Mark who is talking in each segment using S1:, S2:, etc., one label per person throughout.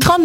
S1: 30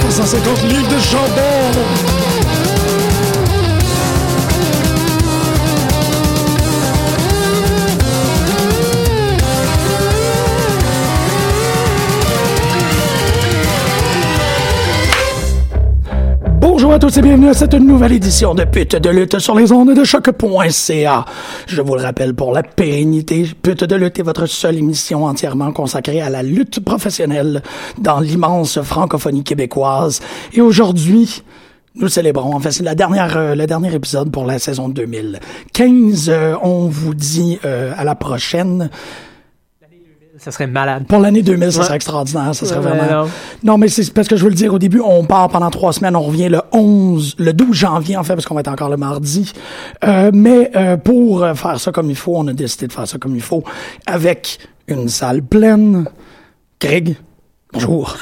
S2: Pour 150 livres de chandelle. Bonjour à tous et bienvenue à cette nouvelle édition de Pute de lutte sur les ondes de choc.ca. Je vous le rappelle pour la pérennité, Pute de lutte est votre seule émission entièrement consacrée à la lutte professionnelle dans l'immense francophonie québécoise. Et aujourd'hui, nous célébrons, en fait, c'est la dernière, euh, le dernier épisode pour la saison 2015. Euh, on vous dit euh, à la prochaine.
S3: Ça serait malade.
S2: Pour l'année 2000, ça
S3: Ouais.
S2: serait extraordinaire. Ça serait
S3: Ouais,
S2: vraiment.
S3: non.
S2: Non, mais c'est parce que je veux le dire au début, on part pendant trois semaines, on revient le 11, le 12 janvier, en fait, parce qu'on va être encore le mardi. Euh, mais euh, pour euh, faire ça comme il faut, on a décidé de faire ça comme il faut avec une salle pleine. Greg, bonjour.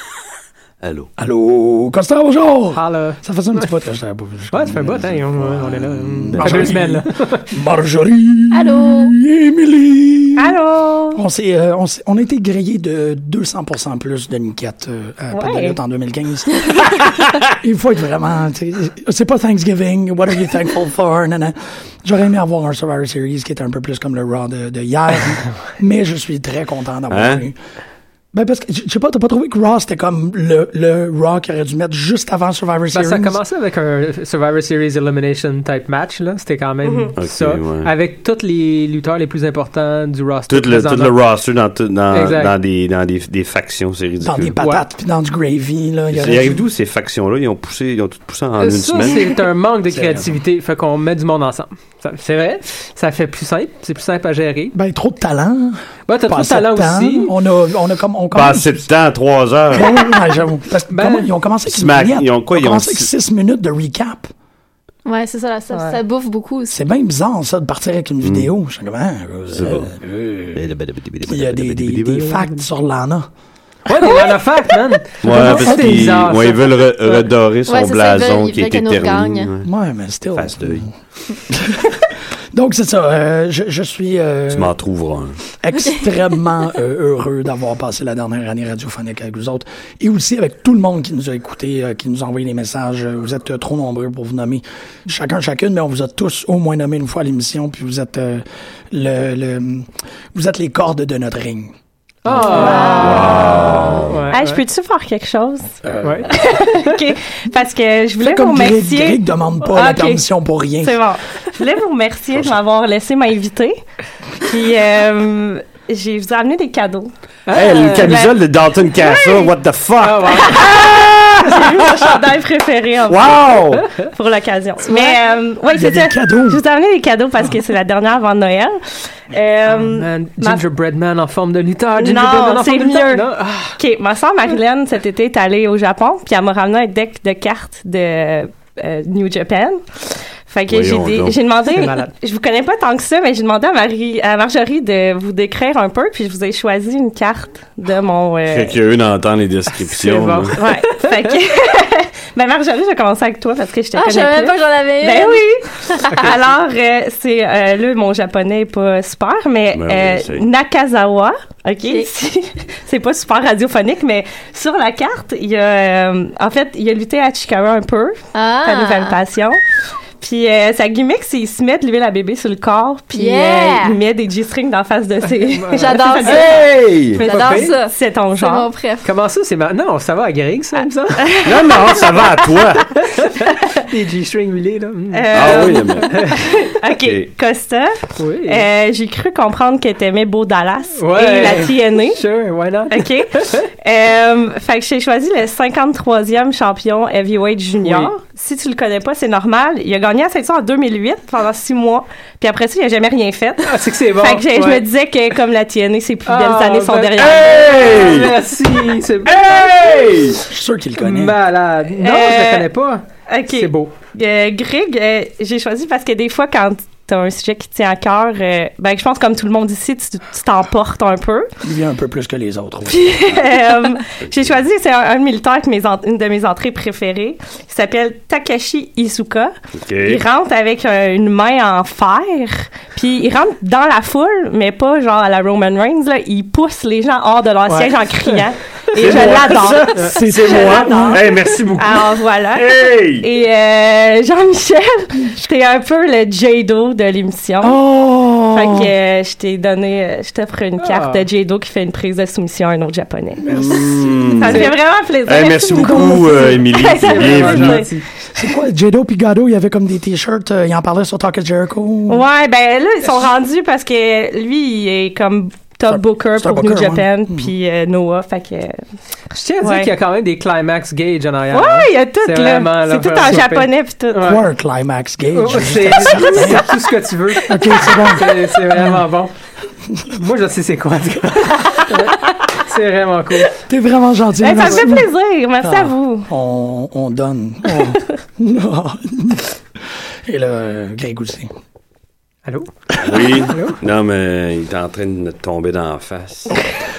S4: Allô.
S2: Allô, Costa, bonjour.
S3: Parle.
S2: Ça faisait un petit bout que je t'avais pas vu.
S3: Ah. Ouais, ça fait un bout, hein. On, on est là.
S2: Euh,
S3: Ça fait
S2: Marjorie.
S3: deux semaines, là. Ben,
S2: Marjorie.
S5: Allô?
S2: Émilie.
S5: Allô?
S2: On, s'est, euh, on, s'est- on a été grillé de 200% plus de niquettes euh, à Pas de
S5: Ouais.
S2: Lutte en 2015. Il faut être vraiment... tu sais, C'est pas Thanksgiving, what are you thankful for? nanana. J'aurais aimé avoir un Survivor Series qui était un peu plus comme le Raw de, de hier, mais je suis très content d'avoir
S4: Hein?
S2: eu. Ben parce que, je je sais pas, t'as pas trouvé que Raw, c'était comme le, le Raw qu'il aurait dû mettre juste avant Survivor
S3: Ben,
S2: Series?
S3: ça a commencé avec un Survivor Series Elimination type match, là. C'était quand même
S5: Mm-hmm.
S4: Ok,
S3: ça.
S4: ouais.
S3: Avec tous les lutteurs les plus importants du roster.
S4: Tout le, tout
S3: présentement.
S4: le roster dans, tout- dans,
S3: Exact.
S4: dans des, dans des, des factions, c'est ridicule.
S2: Dans des patates puis dans du gravy, là. il
S4: Ils
S2: aurait
S4: arrivent
S2: dû-
S4: d'où ces factions-là? Ils ont poussé, ils ont tout poussé en une
S3: ça,
S4: semaine.
S3: c'est un manque de
S2: C'est
S3: créativité. Fait qu'on met du monde ensemble. Ça- C'est vrai. Ça fait plus simple. C'est plus simple à gérer.
S2: Ben, trop de talent.
S3: Ouais,
S2: pas
S3: t'as trop de
S2: assez
S3: talent
S2: temps.
S3: aussi.
S2: On a, on a comme... On
S4: Pas
S2: commence-
S4: assez de temps, trois heures.
S2: Ouais, ouais, ouais, j'avoue. Parce que
S3: Ben,
S2: comment- ils ont commencé avec une
S4: Smack,
S2: vignette.
S4: ils ont quoi, ils ont
S2: commencé avec
S4: six-
S2: 6 minutes de recap.
S5: Ouais, c'est ça, ça, ça bouffe beaucoup aussi.
S2: C'est bien bizarre, ça, de partir avec une vidéo. Je suis comme, hein, euh,
S4: Mm. bon.
S2: il y a des, des, des facts sur Lana.
S3: Ouais, des man of fact, man.
S4: Ouais,
S3: Comment ça,
S4: parce
S3: c'est
S4: qu'ils
S3: bizarre,
S4: ouais,
S3: ça?
S4: ils veulent re- redorer son
S5: c'est ça, ils
S4: blason
S5: veulent- ils
S4: qui
S5: veulent
S4: était
S5: que nous
S4: terminé.
S5: gagne.
S4: ouais.
S2: Ouais, mais c'était...
S4: Face d'œil.
S2: Donc, c'est ça. euh, je, je suis euh,
S4: Tu m'en trouveras un.
S2: extrêmement euh, heureux d'avoir passé la dernière année radiophonique avec vous autres et aussi avec tout le monde qui nous a écoutés, euh, qui nous a envoyé des messages. Euh, Vous êtes euh, trop nombreux pour vous nommer chacun, chacune, mais on vous a tous au moins nommé une fois à l'émission, puis vous êtes euh, le, le- vous êtes les cordes de notre ring.
S3: Ouais,
S6: Hey,
S3: ouais.
S6: je peux-tu faire quelque chose?
S3: Ouais.
S6: OK. Parce que je voulais vous
S2: Comme Greg,
S6: remercier.
S2: Greg demande pas
S6: Ah,
S2: la
S6: ok.
S2: permission pour rien.
S6: C'est bon. Je voulais vous remercier de m'avoir laissé m'inviter. Puis, euh, j'ai vous ai amené des cadeaux.
S4: Hey,
S6: Euh,
S4: le camisole de Dalton Castle, what the fuck?
S3: Ah, ouais.
S5: J'ai eu mon chandail préféré en
S2: Wow!
S5: plus, pour l'occasion. Mais euh, ouais,
S3: Il y a
S5: c'est
S3: des
S5: ça.
S3: cadeaux.
S5: Je vous ai amené des cadeaux parce que c'est la dernière avant Noël. Euh,
S3: Man,
S5: ma-
S3: Gingerbread Man en forme de lutteur. Gingerbread Man
S5: non,
S3: en
S5: c'est
S3: forme de lutteur.
S5: mieux.
S3: Non, ah,
S5: OK, ma soeur Marilyn, cet été, est allée au Japon, puis elle m'a ramené un deck de cartes de euh, New Japan. Fait que j'ai
S4: Voyons
S5: des-
S4: donc.
S5: j'ai demandé,
S3: C'est malade.
S5: je vous connais pas tant que ça, mais j'ai demandé à, Marie, à Marjorie de vous décrire un peu, puis je vous ai choisi une carte de mon... euh,
S4: Quelqu'un a eu d'entendre les
S3: c'est
S4: descriptions.
S3: bon.
S4: là.
S5: Ouais, fait que... ben Marjorie, je vais commencer avec toi, parce que je te
S7: Ah, je
S5: connais
S7: savais
S5: plus.
S7: même pas que j'en avais une.
S5: Ben oui! Alors, euh, c'est... euh, là, mon japonais est pas super, mais
S4: Ben oui,
S5: euh,
S4: c'est-
S5: Nakazawa, OK?
S7: Ok.
S5: Si- c'est pas super radiophonique, mais sur la carte, il y a... euh, en fait, il a lutté à Chikara un peu,
S7: Ah.
S5: sa nouvelle passion. Puis euh, sa gimmick, c'est qu'il se met de l'huile à bébé sur le corps, puis
S7: Yeah.
S5: euh, il met des G-strings d'en face de ses...
S7: J'adore ça.
S3: Hey!
S7: J'adore ça.
S5: C'est ton
S7: C'est mon
S5: genre.
S7: préf.
S3: Comment ça, c'est ma... Non, ça va à Greg, ça, me semble.
S4: Non, non, ça va à toi.
S3: Les G-string huilés, là. Mm.
S5: Euh,
S4: Ah oui, mais...
S5: OK, Costa.
S3: oui.
S5: Euh, j'ai cru comprendre que t'aimais Beau Dallas
S3: Ouais.
S5: et la TNA.
S3: Sure, why not?
S5: OK. Euh, fait que j'ai choisi le 53e champion heavyweight junior. Si tu le connais pas, c'est normal. Il a gagné à Saint-Saëns en 2008 pendant six mois. Puis après ça, il a jamais rien fait.
S3: Ah, c'est que c'est bon.
S5: fait que j'ai- je me
S3: ouais.
S5: disais que comme la TNA, ses plus
S3: Ah,
S5: belles années sont
S3: ben-
S5: derrière.
S3: Hey!
S4: Hey!
S3: Merci, c'est
S4: Hey!
S2: Je suis sûr qu'il le connaît.
S6: Bah.
S3: malade. Non, je
S5: Euh,
S3: le connais pas.
S5: OK.
S3: C'est beau.
S5: Euh, Greg, euh, j'ai choisi parce que des fois, quand t'as un sujet qui te tient à cœur, euh, ben, je pense comme tout le monde ici, tu tu t'emportes un peu.
S2: Il vient un peu plus que les autres. oui.
S5: Euh, j'ai choisi, c'est un, un militaire que mes en- une de mes entrées préférées. Il s'appelle Takashi Izuka.
S4: OK.
S5: Il rentre avec un- une main en fer, puis il rentre dans la foule, mais pas genre à la Roman Reigns. Là. Il pousse les gens hors de leur
S3: Ouais.
S5: siège en criant. Et je l'adore.
S4: C'est moi. Hey, merci beaucoup.
S5: Alors voilà.
S4: Hey!
S5: Et euh, Jean-Michel, t'es un peu le Jado de l'émission.
S2: Oh!
S5: Fait que euh, je t'ai donné, euh, je t'offre une carte
S3: Ah.
S5: de Jado qui fait une prise de soumission à un autre japonais. Ça me fait vraiment plaisir.
S4: Hey, merci beaucoup, euh, Émilie.
S5: C'est
S4: Bienvenue.
S5: vraiment
S3: Gentil.
S2: C'est quoi, Jado puis Gado, il y avait comme des t-shirts, euh, il en parlait sur Talk of Jericho.
S5: Ouais, ben là, ils sont rendus parce que lui, il est comme
S2: C'est un-
S5: top booker
S2: c'est un
S5: pour New
S2: booker, ouais. Mm.
S5: Japan, puis euh, Noah. Fait que.
S3: Je tiens à dire
S5: Ouais.
S3: qu'il y a quand même des climax gauge en arrière.
S5: Ouais,
S3: hein.
S5: il y a tout,
S3: C'est vraiment,
S5: là.
S3: là,
S5: C'est tout
S3: faire
S5: en
S3: choper.
S5: japonais, puis tout.
S2: Quoi, un climax
S3: Oh,
S2: gauge?
S3: C'est c'est tout ce que tu veux.
S2: ok, c'est bon.
S3: C'est c'est vraiment bon. Moi, je sais c'est quoi. en tout cas. c'est vraiment cool.
S2: T'es vraiment gentil.
S5: Ben, ça me
S2: merci.
S5: fait plaisir. Merci
S2: Ah.
S5: à vous.
S2: On, on donne. On- Non. Et le Greg aussi.
S3: Allô?
S4: Oui. Non, mais il est en train de me tomber dans la face.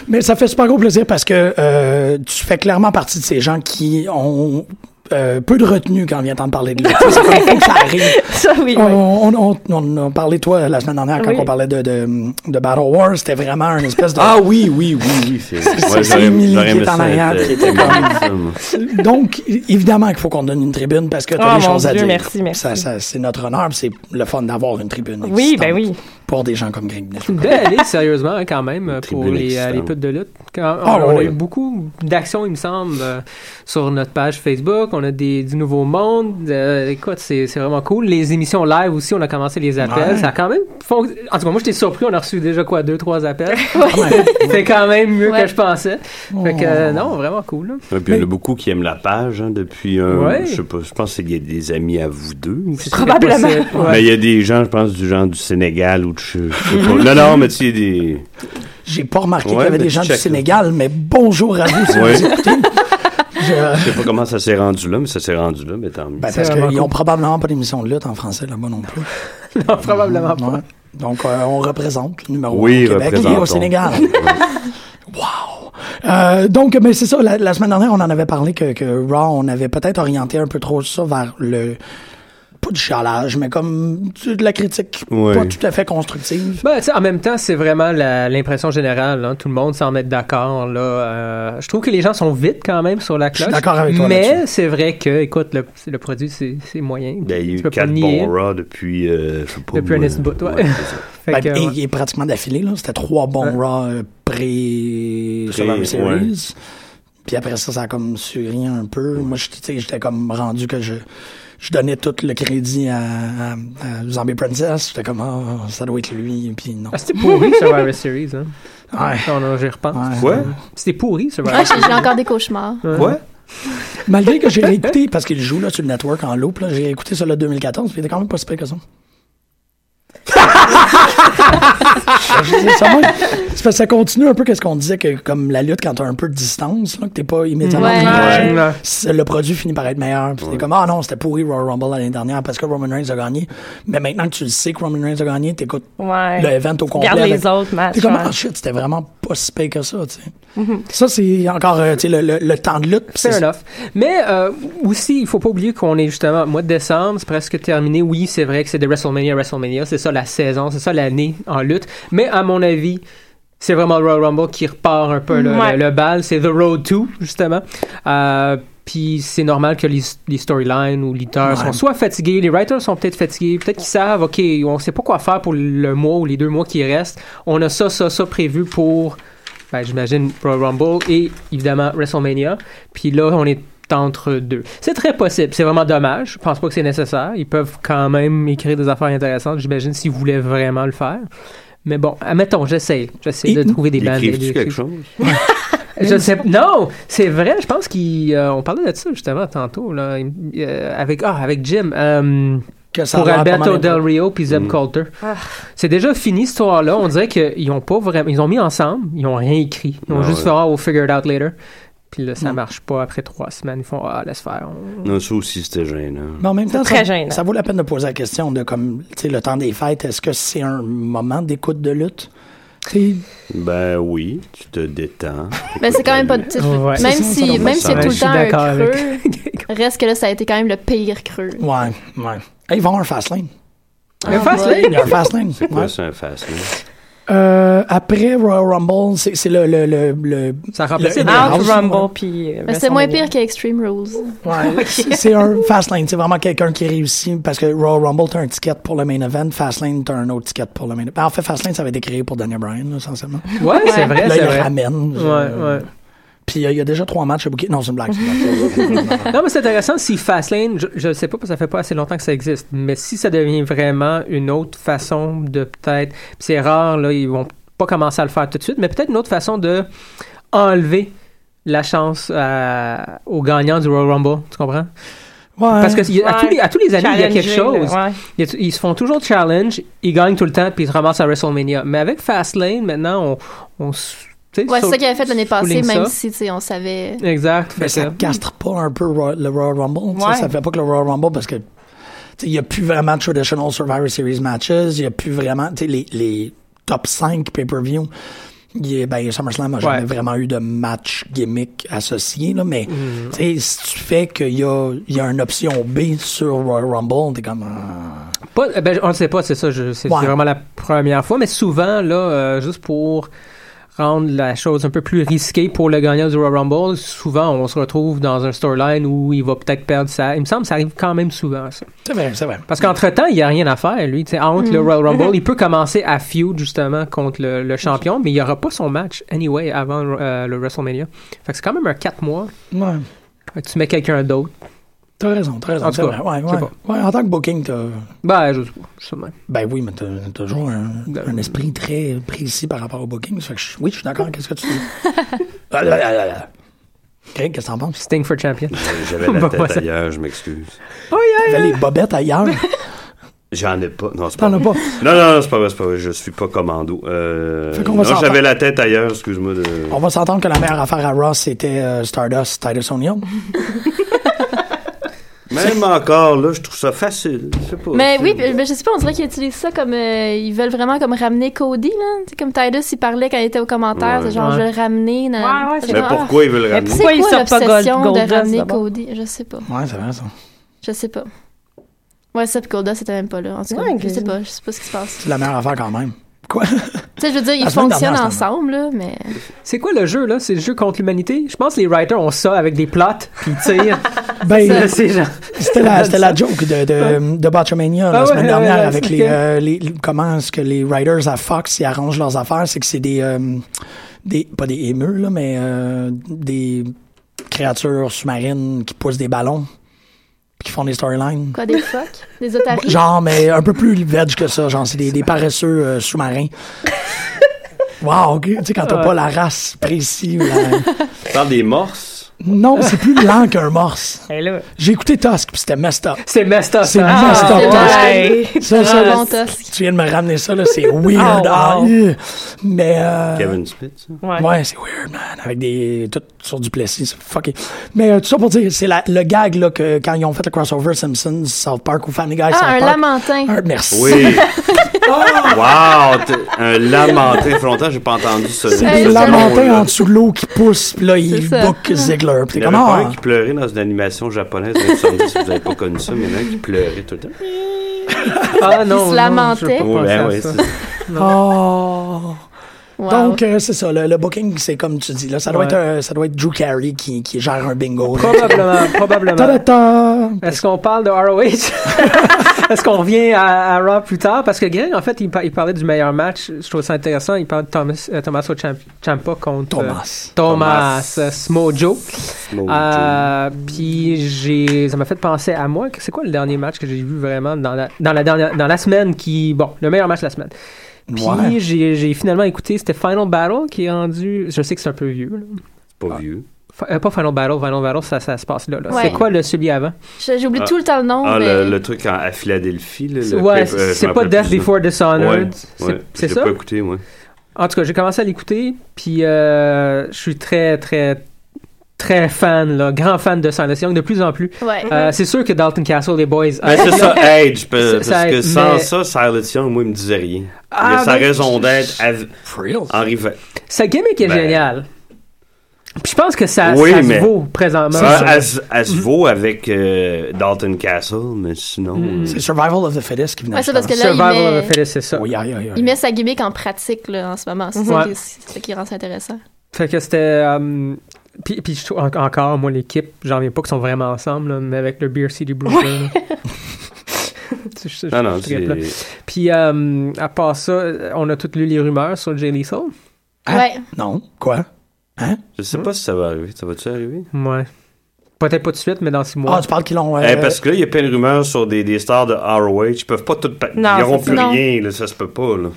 S2: Mais ça fait super gros plaisir parce que euh, tu fais clairement partie de ces gens qui ont euh, peu de retenue quand on vient de parler de lui. C'est comme faut que ça arrive.
S5: Ça, oui. oui.
S2: On, on, on, on a parlé, toi, la semaine dernière, quand
S5: Oui.
S2: on parlait de, de, de Battle Wars, c'était vraiment une espèce de...
S4: Ah oui, oui, oui, oui. C'est
S2: c'est Émilie qui est en arrière,
S4: euh,
S2: qui était Donc, é- évidemment qu'il faut qu'on te donne une tribune parce que tu as
S5: Oh,
S2: des
S5: mon
S2: choses à
S5: Dieu,
S2: dire.
S5: merci, merci.
S2: Ça, ça, c'est notre honneur, puis c'est le fun d'avoir une tribune
S5: Oui, ben
S2: existante
S5: oui.
S2: Pour des gens comme Greg Bennett.
S3: Une belle année, sérieusement, hein, quand même, pour
S4: tribune
S3: les, euh,
S4: existante.
S3: les putes de lutte. Quand-
S2: Ah,
S3: on, on a
S2: oui.
S3: eu beaucoup d'actions, il me semble, euh, sur notre page Facebook. On a des, du Nouveau Monde. Euh, écoute, c'est c'est vraiment cool. Les émissions live aussi, on a commencé les appels.
S2: Ouais.
S3: Ça a quand même... fon- En tout cas, moi, j'étais surpris. On a reçu déjà, quoi, deux, trois appels.
S2: Ah, ouais.
S3: C'est quand même mieux
S7: Ouais.
S3: que je pensais. Fait que, euh, non, vraiment cool. là.
S4: Ouais, puis il y en a beaucoup qui aiment la page hein, depuis. euh,
S3: Ouais.
S4: Je sais pas, je pense qu'il y a des amis à vous deux. ou-
S5: Probablement.
S3: C'est possible. Ouais.
S4: Mais il y a des gens, je pense, du genre du Sénégal ou de. je- je sais pas. Non, non, mais tu sais, il y a des.
S2: J'ai pas remarqué
S4: Ouais,
S2: qu'il y avait
S4: mais
S2: des gens
S4: check,
S2: du Sénégal, mais bonjour à vous Ben, si
S4: Ouais.
S2: vous écoutez. Je-
S4: Je sais pas comment ça s'est rendu là, mais ça s'est rendu là, mais tant mieux.
S2: Ben,
S3: C'est
S2: parce qu'ils
S3: vraiment cool.
S2: ont probablement pas d'émission de lutte en français là-bas non plus.
S3: Non, probablement pas.
S2: Ouais. Donc, euh, on représente le numéro
S4: Oui,
S2: un au Québec et
S4: représentons.
S2: au Sénégal. wow! Euh, donc, mais c'est ça, la, la semaine dernière, on en avait parlé que, que Raw, on avait peut-être orienté un peu trop ça vers le... Pas du chialage, mais comme du- de la critique
S4: Ouais.
S2: pas tout à fait constructive.
S3: Ben, tu sais, en même temps, c'est vraiment la- l'impression générale. hein. Tout le monde s'en met d'accord. là. Euh, je trouve que les gens sont vite quand même sur la
S2: Je suis
S3: cloche.
S2: d'accord avec toi
S3: Mais
S2: là-dessus.
S3: c'est vrai que, écoute, le, le produit, c'est c'est moyen.
S4: Ben, il
S3: tu
S4: y a eu
S3: peux pas
S4: quatre
S3: le
S4: bons
S3: nier.
S4: rats depuis. euh, je sais pas.
S3: Depuis
S4: moi.
S3: un petit bout, ouais.
S4: c'est ça.
S3: Fait
S2: Ben,
S3: que,
S2: et,
S3: ouais.
S2: et pratiquement d'affilée, là. C'était trois bons Raw euh, pré...
S4: Pré-
S2: Survivor
S4: ouais.
S2: Series. Puis après ça, ça a comme su rien un peu. Moi, je- tu sais, j'étais comme rendu que je, je donnais tout le crédit à, à- à Zombie Princess. J'étais comme, ah, ça doit être lui. Puis non.
S3: Ah, c'était pourri Survivor Series. Hein.
S2: Ouais.
S3: Non, non, j'y repense.
S2: Ouais.
S4: Quoi?
S3: C'était pourri
S7: Ah,
S3: Survivor
S7: j'ai j'ai encore des cauchemars.
S3: Series.
S4: Quoi?
S2: Malgré que j'ai réécouté, parce qu'il joue là sur le network en loop, là, j'ai écouté ça là 2014, puis il était quand même pas si pire que ça. Je dis ça même. C'est parce que ça continue un peu qu'est-ce qu'on disait que comme la lutte quand t'as un peu de distance là, que t'es pas immédiatement
S8: Ouais.
S2: dans le
S8: Ouais.
S2: prochain, c'est- le produit finit par être meilleur Puis t'es comme ah non c'était pourri Royal Rumble l'année dernière parce que Roman Reigns a gagné mais maintenant que tu le sais que Roman Reigns a gagné t'écoutes
S6: Ouais.
S2: le event au complet
S6: Regarde les
S2: Ben, avec-
S6: autres matchs,
S2: t'es comme
S6: ouais.
S2: ah shit c'était vraiment pas si pire que ça tu sais
S6: Mm-hmm.
S2: ça c'est encore euh, tu sais, le, le- le temps de lutte
S3: Fair enough. Mais euh, aussi, il faut pas oublier qu'on est justement au mois de décembre, c'est presque terminé. Oui, c'est vrai que c'est des WrestleMania, WrestleMania, c'est ça la saison, c'est ça l'année en lutte. Mais à mon avis, c'est vraiment le Royal Rumble qui repart un peu le,
S8: Ouais.
S3: le- le bal. C'est The Road to, justement. Euh, puis c'est normal que les, les storylines ou les lutteurs
S8: Ouais.
S3: sont soit fatigués, les writers sont peut-être fatigués, peut-être qu'ils savent, OK, on sait pas quoi faire pour le mois ou les deux mois qui restent. On a ça, ça, ça prévu pour ben, j'imagine Royal Rumble et évidemment WrestleMania. Puis là, on est entre deux. C'est très possible. C'est vraiment dommage. Je pense pas que c'est nécessaire. Ils peuvent quand même écrire des affaires intéressantes, j'imagine, s'ils voulaient vraiment le faire. Mais bon, admettons, j'essaie. J'essaie de trouver des bandes.
S4: Écrives-tu quelque chose?
S3: Je sais non, c'est vrai, je pense qu'on parlait de ça justement tantôt là, euh, avec ah, avec Jim euh,
S2: ça a
S3: pour
S2: l'air pas
S3: Alberto
S2: mal
S3: Del Rio puis Zeb
S2: Mm.
S3: Coulter.
S6: Ah.
S3: C'est déjà fini cette histoire-là. On dirait qu'ils ont pas vraiment, ils ont mis ensemble, ils ont rien écrit. Ils ont
S4: Ah
S3: juste
S4: ouais.
S3: fait ah, we'll figure it out later. Puis là, ça marche pas après trois semaines. Ils font ah laisse faire. On-
S4: Non, ça aussi, c'était gênant.
S2: Mais en même temps,
S3: très
S2: ça, ça vaut la peine de poser la question de comme, tu sais, le temps des fêtes, est-ce que c'est un moment d'écoute de lutte? Tu
S4: Ben oui, tu te détends.
S5: Mais Ben, c'est quand même pas. tu sais,
S4: Ouais.
S5: Même
S4: C'est ça, ça
S5: si,
S4: donne
S5: même
S4: pas
S5: si c'est
S4: de
S5: tout le
S4: sens.
S5: temps
S4: Je
S5: un
S4: suis
S5: creux,
S4: d'accord
S5: reste que là, ça a été quand même le pire creux.
S2: sais, ouais, ouais. Hey, ils vont à un fast lane.
S5: Un Ah, fast ouais. lane?
S2: Il y a un fast lane.
S4: C'est quoi
S2: ouais.
S4: ça, un fast lane?
S2: Euh, après Royal Rumble, c'est c'est le, le, le, le.
S3: Ça
S6: remplace
S2: le,
S6: le Out Rumble, puis, euh,
S5: Mais c'est Ben, moins pire qu'Extreme Rules.
S2: Ouais, c'est c'est un fast lane. C'est vraiment quelqu'un qui réussit parce que Royal Rumble, t'as un ticket pour le main event. Fast lane, t'as un autre ticket pour le main event. Ben, En fait, fast lane, ça avait été créé pour Daniel Bryan, là, essentiellement.
S3: Ouais, c'est vrai,
S2: Là,
S3: c'est
S2: il
S3: vrai.
S2: ramène. euh,
S3: Ouais, ouais.
S2: Puis euh, il y a déjà trois matchs à booker. Non, c'est une blague. c'est une blague.
S3: non, mais c'est intéressant si Fastlane, je- je ne sais pas, parce que ça fait pas assez longtemps que ça existe, mais si ça devient vraiment une autre façon de peut-être, puis c'est rare, là, ils vont pas commencer à le faire tout de suite, mais peut-être une autre façon de enlever la chance à- aux gagnants du Royal Rumble, tu comprends?
S2: Ouais.
S3: Parce que y a- à, tous les, à tous les années, il y a quelque
S6: Challenger,
S3: chose.
S6: là, ouais.
S3: Il y a- Ils se font toujours challenge, ils gagnent tout le temps, puis ils se ramassent à WrestleMania. Mais avec Fastlane, maintenant, on... on s- tu sais,
S5: Ouais, c'est
S3: sur-
S5: ça qu'il avait fait l'année passée,
S3: souligne ça.
S5: même si, tu sais, on savait.
S3: Exact.
S2: Mais ça castre pas un peu Roy- le Royal Rumble. tu sais,
S5: Ouais.
S2: Ça fait pas que le Royal Rumble parce que tu sais, il n'y a plus vraiment de traditional Survivor Series matches. Il n'y a plus vraiment tu sais, les, les top 5 pay-per-view. Il y a- Ben, SummerSlam n'a jamais vraiment eu de match gimmick associé, là, mais
S3: Mm.
S2: tu sais, si tu fais qu'il y a, il y a une option B sur Royal Rumble, t'es comme. ah.
S3: Pas, euh, ben, on ne sait pas, c'est ça. je- C'est
S2: Ouais.
S3: c'est vraiment la première fois, mais souvent, là, euh, juste pour rendre la chose un peu plus risquée pour le gagnant du Royal Rumble, souvent, on se retrouve dans un storyline où il va peut-être perdre ça. Il me semble que ça arrive quand même souvent, ça.
S2: C'est vrai, c'est vrai.
S3: Parce qu'entre-temps, il n'y a rien à faire, lui. Tu sais, entre
S2: Mm.
S3: le Royal Rumble, il peut commencer à feud, justement, contre le, le champion, mais il n'y aura pas son match, anyway, avant euh, le WrestleMania. Fait que c'est quand même un 4 mois.
S2: Ouais.
S3: Fait que tu mets quelqu'un d'autre.
S2: T'as raison, t'as raison.
S3: En tout
S2: c'est
S3: cas,
S2: vrai. Ouais,
S3: je
S2: ouais.
S3: sais
S2: Ouais, en tant que booking, t'as.
S3: Ben, je, justement.
S2: Ben oui, mais t'as t'as toujours un, un esprit très précis par rapport au booking. Ça fait que je- oui, je suis d'accord. Qu'est-ce que tu dis? Ah, là, là, là, là. Greg, qu'est-ce que t'en penses?
S3: Sting for champion.
S4: J'avais la
S3: Bah,
S4: tête
S3: ouais, ça-
S4: ailleurs, je m'excuse.
S2: T'avais les bobettes ailleurs.
S4: J'en ai pas. Non, c'est pas
S2: T'en as
S4: vrai.
S2: pas.
S4: Non, non, non, c'est pas vrai, c'est pas vrai. Je suis pas commando. Euh,
S2: Fait qu'on va
S4: non,
S2: s'entendre.
S4: j'avais la tête ailleurs, excuse-moi. De...
S2: On va s'entendre que la meilleure affaire à Ross, c'était euh, Stardust, Titus O'Neill.
S4: Même encore, là, je trouve ça facile. Je sais pas.
S5: Mais
S4: C'est-
S5: oui, mais Ben, je sais pas, on dirait qu'ils utilisent ça comme. euh, ils veulent vraiment comme ramener Cody, là. Tu sais, comme Tidus, il parlait quand il était au commentaire,
S4: Ouais.
S5: c'est genre,
S4: Ouais.
S5: je vais le ramener. nan- nan-
S4: ouais,
S5: Je
S4: c'est
S5: sais
S4: Mais
S5: pas,
S4: pourquoi ils veulent le
S5: mais
S4: ramener?
S5: pourquoi
S6: Pourquoi ils sortent pas
S5: l'obsession
S6: Gold-
S5: de
S6: Goldust
S5: ramener
S6: d'abord?
S5: Cody Je sais pas.
S2: Ouais, c'est vrai, ça.
S5: Je sais pas. Ouais, Seth Golda, c'était même pas là. En tout cas,
S6: Ouais,
S5: je
S6: ok.
S5: sais pas, je sais pas ce qui se passe.
S2: C'est la meilleure affaire quand même. Quoi?
S5: Tu sais, je veux dire,
S3: La
S5: ils
S3: semaine
S5: fonctionnent
S3: dernière, c'était
S5: ensemble, là, mais.
S3: C'est quoi le jeu, là? C'est le jeu contre l'humanité? Je pense que les writers ont ça avec des plots, puis ils tirent.
S2: Ben,
S3: C'est- c'est genre-
S2: C'était la, c'était la joke de, de, de Botchamania
S3: Ah
S2: la
S3: ouais,
S2: semaine
S3: ouais,
S2: dernière
S3: ouais,
S2: avec
S3: ok.
S2: les, euh, les- les- Comment est-ce que les writers à Fox ils arrangent leurs affaires? C'est que c'est des, euh, des. Pas des émeux, là, mais euh, des créatures sous-marines qui poussent des ballons puis qui font des storylines.
S5: Quoi, des fucks Des otaries
S2: Genre, mais un peu plus veg que ça. Genre, c'est des, des paresseux euh, sous-marins. Wow, ok. Tu sais, quand t'as
S4: Ouais.
S2: pas la race précise ou la.
S4: Tu parles des morses.
S2: Non, c'est plus lent qu'un morse.
S6: là.
S2: J'ai écouté Tusk, puis c'était messed up.
S3: C'est messed up.
S2: C'est
S3: hein?
S2: messed up,
S6: ouais.
S2: Tusk. Ça, ça, là,
S5: Bon Tusk.
S2: Ah, tu viens de me ramener ça, là, c'est weird.
S6: Oh,
S2: ah,
S6: wow.
S2: euh, mais, euh,
S4: Kevin Spitz. ça.
S6: Ouais.
S2: ouais, c'est weird, man. Avec des... Tout sur du plessis, c'est fucké. Mais euh, tout ça pour dire, c'est la- le gag, là, que quand ils ont fait le crossover Simpsons, South Park ou Family Guy, South
S5: Ah, un
S2: Park.
S5: lamentin.
S2: Un- merci.
S4: Oui. wow! t'es- Un lamentin frontal, j'ai pas entendu ça.
S2: Ah! Euh, C'est
S5: Hey,
S2: des
S5: c'est
S2: lamentins
S4: mot-là.
S2: en dessous de l'eau qui pousse, puis là, il
S5: ça.
S2: book Ziggler. Puis
S4: Il
S2: t'es
S4: y avait
S2: comme,
S4: pas
S2: ah,
S4: un qui pleurait dans une animation japonaise des années 70, vous n'avez pas connu ça, mais il y en a un qui pleurait tout le temps.
S3: Ah non.
S5: se
S3: non,
S5: lamentait.
S3: je veux pas
S4: Ouais,
S3: penser à
S4: ouais,
S3: ça.
S4: c'est ça.
S2: oh.
S5: Wow.
S2: Donc, euh, c'est ça, le, le booking, c'est comme tu dis, là, ça doit,
S3: Ouais.
S2: être, un- ça doit être Drew Carey qui, qui gère un bingo. là.
S3: Probablement, probablement.
S2: Ta-da-ta!
S3: Est-ce qu'on parle de ROH? Est-ce qu'on revient à, à Raw plus tard? Parce que Greg, en fait, il, par- il parlait du meilleur match. Je trouve ça intéressant. Il parle de Thomas, euh, Tommaso Ciam- Ciampa contre euh,
S2: Thomas.
S3: Thomas,
S4: Thomas.
S3: euh, Smojo.
S4: Mon
S3: Euh, Puis j'ai, ça m'a fait penser à moi. C'est quoi le dernier match que j'ai vu vraiment dans la, dans la dernière, dans la semaine qui, bon, le meilleur match de la semaine. Puis
S2: Ouais.
S3: j'ai, j'ai finalement écouté, c'était Final Battle qui est rendu, je sais que c'est un peu vieux. là.
S4: Dieu, Pas vieux.
S3: Fi- euh, pas Final Battle, Final Battle, ça, ça se passe là. là.
S5: Ouais.
S3: C'est quoi le celui avant?
S5: Je- J'oublie
S4: Ah.
S5: tout le temps le nom.
S4: Ah,
S5: mais...
S4: le, le truc en- à Philadelphie. Là, le
S3: ouais,
S4: clip, euh, je
S3: c'est
S4: me
S3: pas
S4: rappelle
S3: Death
S4: plus.
S3: Before
S4: Ouais,
S3: Dishonored. C'est-
S4: ouais,
S3: c'est
S4: j'ai
S3: ça?
S4: pas écouté, moi.
S3: En tout cas, j'ai commencé à l'écouter, puis euh, je suis très, très, très fan, là, grand fan de Silent Young, de plus en plus.
S5: Ouais.
S3: Euh, c'est sûr que Dalton Castle, les boys.
S4: Mais Ben, c'est ça, hey, je peux-
S3: Ah, Ça- ça
S4: parce que
S3: aide,
S4: sans
S3: mais-
S4: ça, Silent Young, moi, il me disait rien.
S3: Ah,
S4: il a sa
S3: ben,
S4: raison d'être av-
S2: Frill.
S4: en rival.
S3: Sa gimmick est
S4: Ben.
S3: géniale. Puis je pense que ça,
S4: Oui,
S3: ça
S4: mais-
S3: se vaut présentement.
S4: Ça, elle, se- elle
S3: Mm-hmm.
S4: se vaut avec euh, Dalton Castle, mais sinon. euh,
S3: Mm-hmm.
S2: C'est Survival of the Fittest qui venait Oh,
S5: Ouais, c'est parce que là,
S3: Survival
S5: il met-
S3: of the Fittest, c'est ça.
S2: Oui, aïe, aïe, aïe.
S5: Il met sa gimmick en pratique là, en ce moment. C'est
S3: Ouais.
S5: ça qui- c'est ça qui rend ça intéressant.
S3: Fait que c'était. euh, puis, puis je trouve en- encore, moi, l'équipe, j'en viens pas qu'ils sont vraiment ensemble, là, mais avec le Beer City Brooklyn. là. Je- je- je-
S4: euh, Non, non,
S3: je suis très
S4: c'est.
S3: plat. Puis, euh, à part ça, euh, on a toutes lu les rumeurs sur Jay Lethal.
S2: Ah.
S5: Ouais.
S2: Non, quoi?
S4: Je sais pas si ça va arriver. Ça va-tu arriver?
S3: Ouais. Peut-être pas tout de suite, mais dans six
S2: Ah,
S3: mois.
S2: tu parles qu'ils l'ont... euh,
S4: Eh, parce que là, il y a plein de rumeurs sur des, des stars de ROH. Ils peuvent pas tout. pa- Ils
S6: Non,
S4: n'auront
S6: c'est
S4: plus
S5: ça.
S4: rien, là, ça se peut pas. Là.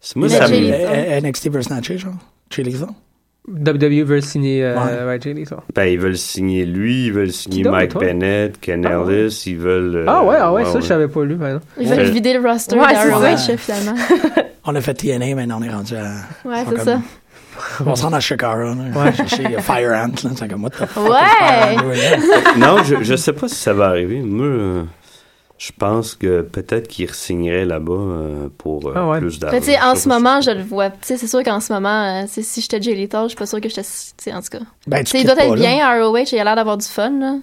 S4: C'est- Moi,
S5: Mais
S4: ça
S5: j'ai-
S4: me.
S2: euh, euh, NXT vs. Natchez, genre? Chez les gens?
S3: WWE veut signer euh,
S2: Ouais.
S3: ouais, Jay Lethal.
S4: Ben, ils veulent signer lui, ils veulent signer
S3: d'autre,
S4: Mike
S3: toi?
S4: Bennett, Ken
S3: Ah ouais.
S4: Ellis, ils veulent. euh,
S3: ah ouais, ah ouais, ça, je savais pas lu, par exemple.
S5: Ils veulent
S4: Ouais.
S5: vider le roster
S6: Ouais, c'est
S5: d'ROH
S2: ça.
S5: finalement.
S2: On a fait TNA, maintenant on est rendu à...
S5: Ouais,
S2: Ils sont
S5: c'est
S2: comme-
S5: ça.
S2: On se rend à Shakara, là. Ouais. Chercher euh, Fire Ant, là. C'est comme, what the fuck?
S5: Ouais!
S4: non, je, je sais pas si ça va arriver. Moi, euh, je pense que peut-être qu'ils re-signeraient là-bas euh, pour euh,
S3: Ah ouais.
S4: plus d'argent.
S5: Mais tu sais, en
S4: sais
S5: ce
S4: pas
S5: moment,
S4: si-
S5: je le vois. Tu sais, c'est sûr qu'en ce moment, euh, tu sais, si j'étais Jay Lethal, je suis pas sûre que j'étais. Tu sais, en tout cas. Tu
S2: Ben,
S5: sais, il
S2: quittes
S5: doit être
S2: pas, là.
S5: bien à ROH, il a l'air d'avoir du fun, là.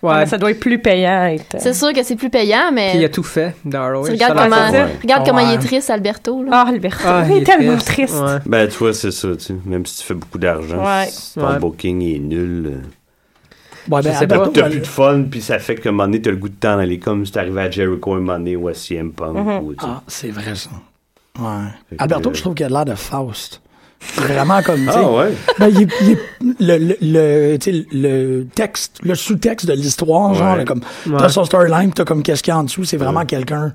S3: Ouais,
S6: Ça doit être plus payant. à être, euh,
S5: C'est sûr que c'est plus payant, mais.
S3: puis il a tout fait dans ROH.
S5: Tu regardes
S3: Ça a l'air
S5: comment,
S3: fort.
S4: Ouais.
S5: regarde comment il est
S2: Ouais.
S5: triste, Alberto. Là.
S6: Ah, Alberto,
S3: Ah,
S6: il est tellement triste.
S3: Ouais.
S4: Ben, toi, c'est ça, tu sais. Même si tu fais beaucoup d'argent,
S6: Ouais.
S4: si ton
S3: Ouais.
S4: booking est nul. euh,
S2: Ouais, ben,
S3: sais
S2: Alberto,
S3: pas.
S4: T'as
S2: elle-
S4: plus de fun, puis ça fait que un moment donné, t'as le goût de t'en aller comme si t'arrivais à Jericho un moment donné ou à CM Punk.
S5: Mm-hmm.
S4: ou, tu sais.
S2: Ah, c'est vrai, ça. Ouais.
S4: Fait que-
S2: Alberto, je trouve qu'il a l'air de Faust. C'est Vraiment comme, tu sais,
S4: Ah ouais?
S2: Ben, il est- il est- le, le, le, tu sais, le texte, le sous-texte de l'histoire, genre,
S4: Ouais.
S2: là, comme,
S3: Ouais.
S2: t'as son storyline, pis t'as comme qu'est-ce qu'il y a en dessous, c'est vraiment quelqu'un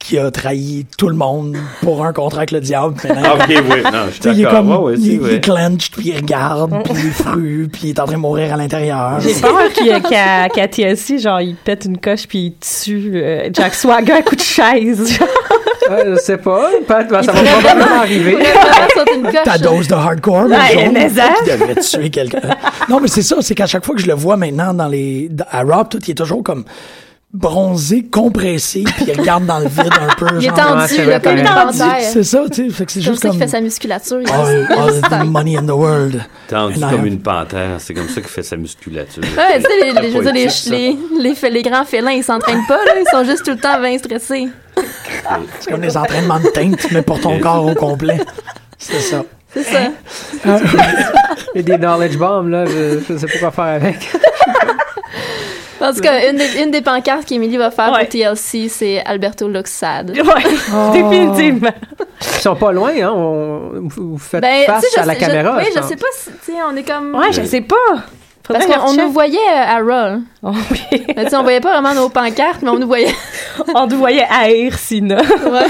S2: qui a trahi tout le monde pour un contrat avec le diable. pis maintenant,
S4: Ah, ok, oui. Non, je suis
S2: tu sais, il est
S4: d'accord.
S2: comme,
S4: Ouais, ouais,
S2: il,
S4: c'est
S2: il
S4: vrai.
S2: est clenched, puis il regarde, puis il est fru, puis il est en train de mourir à l'intérieur.
S6: J'ai peur qu'il- qu'à qu'à TLC, genre, il pète une coche puis il tue euh, Jack Swagger à coup de chaise.
S3: Ah, je sais pas. Pat, ben, ça va
S5: pourrait
S3: probablement arriver.
S5: Vraiment sauter une coche.
S2: Ta dose de hardcore, mon
S6: Ouais,
S2: jaune,
S6: mais ça.
S2: qui devrait tuer quelqu'un. Non, mais c'est ça, c'est qu'à chaque fois que je le vois maintenant dans les, dans- à Rob, tout, il est toujours comme bronzé, compressé, puis il regarde dans le vide un peu.
S5: Il est
S2: genre.
S3: Ouais,
S5: tendu,
S3: c'est
S5: là,
S3: vrai,
S5: comme une
S3: pareil.
S5: panthère.
S2: C'est ça, tu sais, fait que c'est
S5: Comme
S2: juste
S5: ça
S2: comme...
S5: qu'il fait sa musculature. il-
S2: All, all Ah, the money in the world.
S4: Tendu
S2: And I
S4: comme
S2: have-
S4: une panthère, c'est comme ça qu'il fait sa musculature.
S5: Ouais, Ah, tu sais, les, les- je veux dire, les,
S4: Poétique, ça.
S5: les, les, fé- les grands félins, ils s'entraînent pas, là, ils sont juste tout le temps bien stressés.
S2: C'est comme des entraînements de teinte, mais pour ton corps au complet. C'est ça.
S5: C'est ça.
S3: Il y a des knowledge bombs, là. Je, je sais pas quoi faire avec.
S5: En tout cas, une des, une des pancartes qu'Émilie va faire
S6: Ouais.
S5: pour TLC, c'est Alberto looks sad.
S6: ouais, définitivement.
S3: Ils sont pas loin, hein. on- vous vous faites
S5: Ben,
S3: face
S5: tu sais, je
S3: à la
S5: sais- je-
S3: caméra.
S5: Oui, je
S3: pense.
S5: sais pas si, tu sais, on est comme.
S6: Ouais, je sais pas.
S5: Parce
S6: Faudrait
S5: qu'on on
S6: que je
S5: nous voyait euh, à Raw.
S6: recheck. Oui.
S5: Mais tu sais, on voyait pas vraiment nos pancartes, mais on nous voyait.
S6: on nous voyait haïr Sina.
S5: Ouais.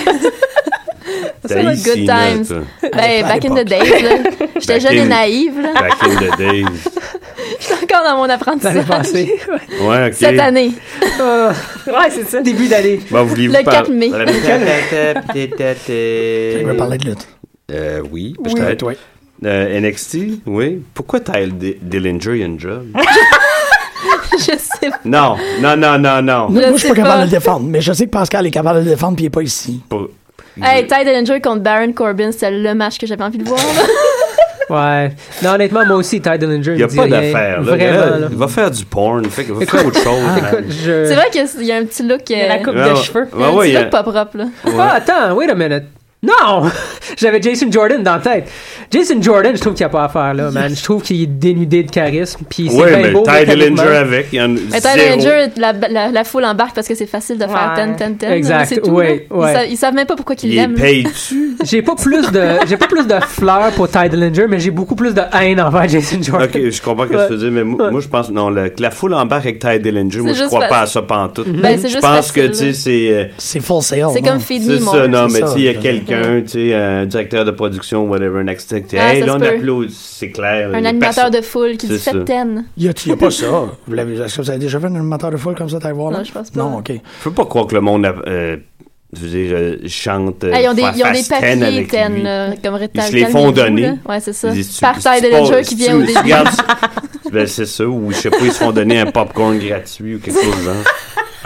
S5: Ça
S4: T'as
S5: was good
S4: ici, là,
S5: times.
S4: toi.
S5: Ben,
S2: À
S5: back in the
S2: l'époque.
S6: Eh
S5: days, là. J'étais
S4: Back
S5: jeune et
S4: in-
S5: naïve, là.
S4: Back in the days.
S5: encore dans mon apprentissage.
S3: L'année passée.
S4: Ouais, ok.
S5: Cette année.
S3: Ah.
S6: ouais, c'est ça.
S3: Début d'année.
S4: Bon, voulez-vous
S5: Le 4
S4: par-
S5: mai.
S2: Je vais parler de lutte.
S4: Euh, oui,
S2: Oui.
S4: peut-être.
S2: Ouais.
S4: Euh, NXT, oui. Pourquoi Tyler D- Dillinger, il y a une job?
S5: je sais pas.
S4: Non, non, non, non, non.
S2: Moi,
S5: Je
S2: moi, je suis
S5: sais
S2: pas capable
S5: pas.
S2: de le défendre, mais je sais que Pascal est capable de le défendre puis il est pas ici.
S4: Pour-
S5: Hey, Ty Dillinger contre Baron Corbin, c'est le match que j'avais envie de voir. là.
S3: Ouais. Non, honnêtement, moi aussi, Ty Dillinger.
S4: Il n'y a
S3: me dit
S4: pas
S3: rien.
S4: d'affaire. là.
S3: Vraiment,
S4: Il
S3: là.
S4: va faire du porn. Fait qu'il va faire autre chose. Ah,
S3: Écoute, ah, je.
S5: C'est vrai qu'il y a un petit look.
S6: Il y a la
S5: euh,
S6: coupe
S4: Ouais,
S6: de
S4: ouais.
S6: cheveux.
S5: il y a un
S4: Ouais, ouais,
S5: petit
S4: il y a-
S5: look pas propre, là.
S3: Ah, attends, wait a minute. Non! J'avais Jason Jordan dans la tête. Jason Jordan, je trouve qu'il n'y a pas à faire là, man. Je trouve qu'il est dénudé de charisme. Puis c'est
S4: Oui,
S3: bien
S4: mais
S3: beau.
S4: Ty
S3: mécaniquement.
S4: Dillinger avec. Il y en a
S5: Mais Ty
S4: zéro.
S5: Dillinger, la, la, la foule embarque parce que c'est facile de faire
S6: Ouais.
S5: 10, 10, 10.
S3: Exact,
S5: c'est tout,
S3: ouais,
S5: là.
S3: ouais.
S5: Ils, sa- ils savent même pas pourquoi ils
S4: Il est
S5: l'aiment.
S4: payé-tu?
S3: J'ai pas plus de, j'ai pas plus de fleurs pour Ty Dillinger, mais j'ai beaucoup plus de haine envers Jason Jordan.
S4: Ok, je comprends ce que tu veux dire, mais moi, moi, je pense. Non, le- que la foule embarque avec Ty Dillinger, moi, je
S5: juste
S4: crois
S5: fa-
S4: pas à ça pantoute.
S5: Ben, c'est
S4: je
S5: juste
S4: pense que,
S5: facile,
S4: tu sais,
S5: là.
S4: c'est. euh,
S2: C'est full sale.
S5: C'est
S2: non?
S5: comme Fini,
S4: C'est
S5: mon.
S4: ça, non,
S2: C'est
S4: mais
S2: ça,
S4: tu sais, il y a
S2: je-
S4: quelqu'un, tu sais, un directeur de production, whatever, un acteur, tu sais,
S5: Ouais, Ah, ça
S4: hey, là,
S5: se
S4: on
S5: peut.
S4: applaudit, c'est clair.
S5: Un
S4: les
S5: animateur
S4: personnes-
S5: de foule qui dit
S4: C'est ça.
S5: faites 10.
S2: Y a-t-il y a pas ça? Vous l'avez- Est-ce que vous avez déjà fait un animateur de foule comme ça, t'as voir là?
S5: Non, je pense pas.
S2: Non, ok.
S4: Je peux pas croire que le monde, euh, je veux dire, euh, chante. euh,
S5: Hey, ils ont des,
S4: fa-
S5: ils ont des
S4: fasse ten
S5: papiers
S4: avec lui.
S5: ten, là, comme
S4: Ils
S5: rétablir.
S4: se les font donner.
S5: Ouais, c'est ça.
S4: Ils disent, tu-
S5: Par
S4: tu-
S5: Ty
S4: tu
S5: Dillinger
S4: passes-
S5: qui
S4: tu-
S5: vient au
S4: tu
S5: début.
S4: regardes- ben, c'est ça, ou je sais pas, ils se font donner un popcorn gratuit ou quelque chose du genre.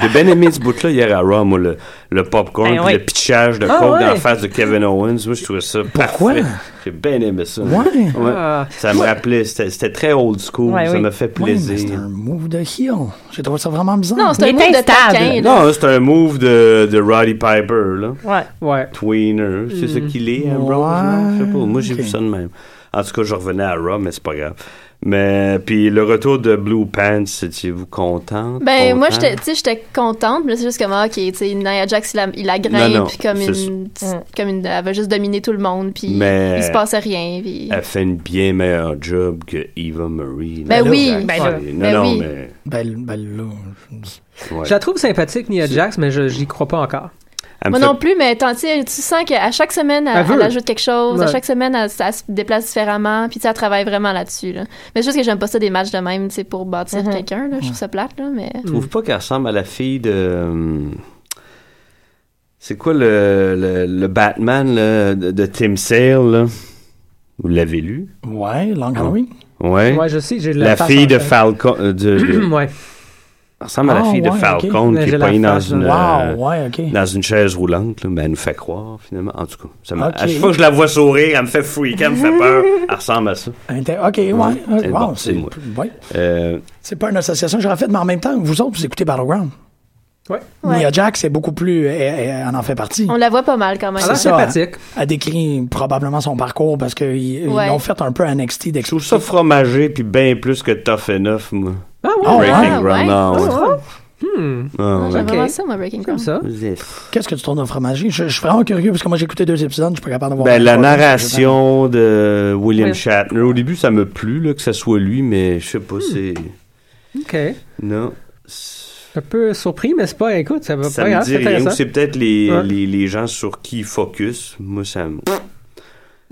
S4: J'ai bien aimé ce bout-là hier à Raw, moi, le, le popcorn,
S6: Ben
S4: puis
S6: oui.
S4: le pitchage de
S3: Ah,
S4: coke
S3: ouais.
S4: en face de Kevin Owens. Moi, je trouvais ça
S2: Pourquoi?
S4: parfait. J'ai bien aimé ça.
S2: Ouais.
S4: Ouais.
S3: Ah.
S4: Ça me rappelait, c'était c'était très old school,
S6: Ouais,
S4: ça
S6: oui.
S4: m'a fait
S2: Ouais, mais c'est
S4: plaisir.
S2: un move de heel. J'ai trouvé ça vraiment bizarre.
S5: Non, c'est un
S6: Il
S5: move
S6: est
S5: de
S6: instable.
S5: taquin. là.
S4: non, hein, c'est un move de, de Roddy Piper, là.
S6: Ouais.
S3: Ouais.
S4: Tweener, c'est
S5: Mm.
S4: ce qu'il est, Ambrose, non? Je sais pas, moi j'ai vu ça de même. En tout cas, je revenais à Raw, mais c'est pas grave. Mais, puis le retour de Blue Pants, étiez-vous content?
S5: Ben, moi, j'étais, tu sais, j'étais contente, mais c'est juste comme, ah, ok, tu sais, Nia Jax, il la, il la
S4: Non, non,
S5: grimpe, puis comme
S4: c'est
S5: une, petite- comme une, elle va juste dominer tout le monde, puis
S4: Mais-
S5: il se passe rien, puis.
S4: Elle fait une bien meilleure job que Eva Marie.
S5: Ben
S4: là.
S5: oui.
S4: Jax.
S6: Ben là.
S4: non,
S5: Ben
S4: non,
S5: oui.
S4: mais.
S2: Ben, ben là, je-
S4: ouais.
S3: Je la trouve sympathique, Nia Jax, mais je j'y crois pas encore.
S4: Elle
S5: Moi
S4: me fait-
S5: non plus, mais tant- tu sais, tu sens qu'à chaque semaine, elle,
S3: Elle veut.
S5: elle ajoute quelque chose. À
S3: Ouais.
S5: chaque semaine, elle, elle se déplace différemment. Puis, tu sais, elle travaille vraiment là-dessus. Là. Mais c'est juste que j'aime pas ça des matchs de même, tu sais, pour bâtir
S3: Mm-hmm.
S5: quelqu'un. là. Je trouve ça plate, là, mais.
S4: Je trouve pas qu'elle ressemble à la fille de. euh, C'est quoi le, le, le Batman là, de, de Tim Sale, là? Vous l'avez lu?
S2: Ouais, Long Halloween.
S4: Ouais.
S3: Ouais, je sais, j'ai
S4: Hein? la
S3: face
S4: fille
S3: en
S4: de
S3: tête.
S4: Falcon. euh, de- de-
S3: ouais.
S4: elle ressemble à la
S2: Ah,
S4: fille
S2: ouais,
S4: de
S2: ok.
S4: Falcon
S3: Mais
S4: qui
S3: j'ai
S4: est
S3: la
S4: poignée dans
S3: face,
S4: une. euh,
S2: wow, ouais, ok.
S4: Dans une chaise roulante, là, mais elle nous fait croire, finalement. En tout cas, ça m'a-
S2: Ok.
S4: à chaque fois que je la vois sourire, elle me fait freak, elle me fait peur. Elle ressemble à ça.
S2: Inté- Ok, ouais.
S4: c'est
S2: ouais, wow,
S4: bon, c'est
S2: c'est
S4: moi.
S2: ouais.
S4: Euh,
S2: C'est pas une association que j'aurais faite, mais en même temps, vous autres, vous écoutez Battleground.
S3: Ouais.
S2: Nia Jax, c'est beaucoup plus. Elle, elle- elle en fait partie.
S5: On la voit pas mal quand même.
S3: Elle a l'air
S2: C'est ça,
S3: sympathique.
S2: Elle décrit probablement son parcours parce qu'ils
S5: Ouais.
S2: l'ont fait un peu à NXT
S4: je trouve
S2: d'exclus.
S4: ça fromagé, puis bien plus que tough enough, moi.
S3: Ah ouais.
S2: Ah ouais?
S4: Breaking
S5: Ah
S4: Ground,
S5: ouais?
S4: non, ouais.
S3: Hmm,
S4: Ah, ouais.
S5: J'aime
S3: Ok.
S5: vraiment ça, moi, Breaking
S3: comme
S5: Ground.
S3: ça.
S4: Vous êtes
S2: Qu'est-ce que tu tournes en fromager? Je, je suis vraiment curieux parce que moi, j'ai écouté deux épisodes, je suis pas capable d'avoir.
S4: Ben, la narration de William
S6: Oui.
S4: Shatner. Au début, ça me plut là, que ce soit lui, mais je sais
S3: Hmm.
S4: pas, c'est.
S3: Ok.
S4: Non. C'est-
S3: Un peu surpris, mais c'est pas. Écoute, ça va
S4: Ça
S3: pas
S4: me
S3: grave,
S4: dit
S3: c'est
S4: rien. ou
S3: intéressant.
S4: C'est peut-être les,
S3: Ouais.
S4: les, les gens sur qui il focus. Moi, ça me.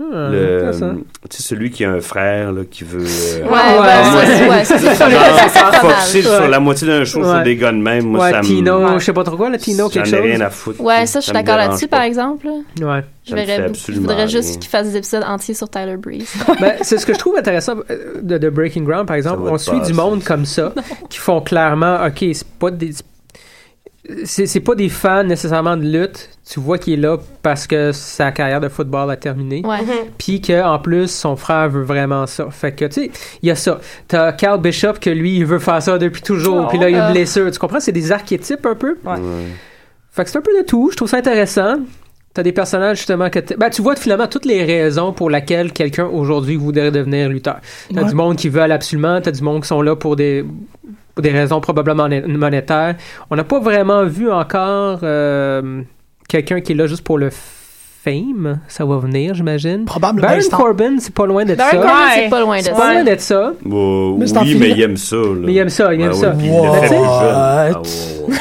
S3: Ah,
S4: le-
S3: intéressant.
S4: Tu sais, celui qui a un frère là, qui veut. euh,
S5: Ouais, ben,
S3: Ah, Ouais.
S5: ouais, ouais, ça, c'est pas
S4: Ah,
S5: mal. Ça, c'est pas mal.
S4: Focuser sur la moitié d'un show sur
S3: Ouais.
S4: des gars de même. Moi,
S3: Ouais,
S4: ça me.
S3: Tino, je sais pas trop quoi, le Tino, quelque
S4: J'en ai rien
S3: chose.
S4: à foutre.
S5: Ouais, ça, je suis
S4: me
S5: d'accord
S4: dérange
S5: là-dessus,
S4: pas.
S5: par exemple. là.
S3: Ouais.
S5: Je,
S4: Ça me
S5: verrais-
S4: fait
S5: je
S4: absolument
S5: voudrais
S4: rien.
S5: juste qu'ils fassent des épisodes entiers sur Tyler Breeze.
S3: Ben, c'est ce que je trouve intéressant euh, de, de Breaking Ground, par exemple.
S4: va te
S3: On suit
S4: passer.
S3: du monde comme ça, qui font clairement, OK, c'est pas des... C'est c'est pas des fans nécessairement de lutte. Tu vois qu'il est là parce que sa carrière de football a terminé.
S5: Ouais.
S3: Puis qu'en plus, son frère veut vraiment ça. Fait que, tu sais, il y a ça. T'as Carl Bishop que lui, il veut faire ça depuis toujours.
S6: Oh,
S3: Puis là, il y a
S5: euh.
S3: une blessure. Tu comprends? C'est des archétypes un peu.
S6: Ouais.
S3: Fait que c'est un peu de tout. Je trouve ça intéressant. T'as des personnages justement que t'es- ben, tu vois finalement toutes les raisons pour lesquelles quelqu'un aujourd'hui voudrait devenir lutteur. T'as
S2: Ouais.
S3: du monde qui veulent absolument, t'as du monde qui sont là pour des pour des raisons probablement né- monétaires. On n'a pas vraiment vu encore euh, quelqu'un qui est là juste pour le fame. Ça va venir, j'imagine.
S2: Probablement.
S3: Baron
S2: Mais c'est en-
S3: Corbin, c'est pas loin d'être
S6: Baron
S3: ça.
S6: Corbin,
S5: Comment c'est pas loin de
S3: c'est
S5: ça?
S3: pas loin d'être ça.
S4: Bon,
S2: Mais c'est en
S4: oui, mais
S2: fila-
S4: il aime ça. Là.
S3: Mais il aime ça, il aime
S4: Ouais,
S3: ça.
S4: ouais, puis il l'a fait
S2: What?
S4: jeune. Ah, ouais, ouais, ouais.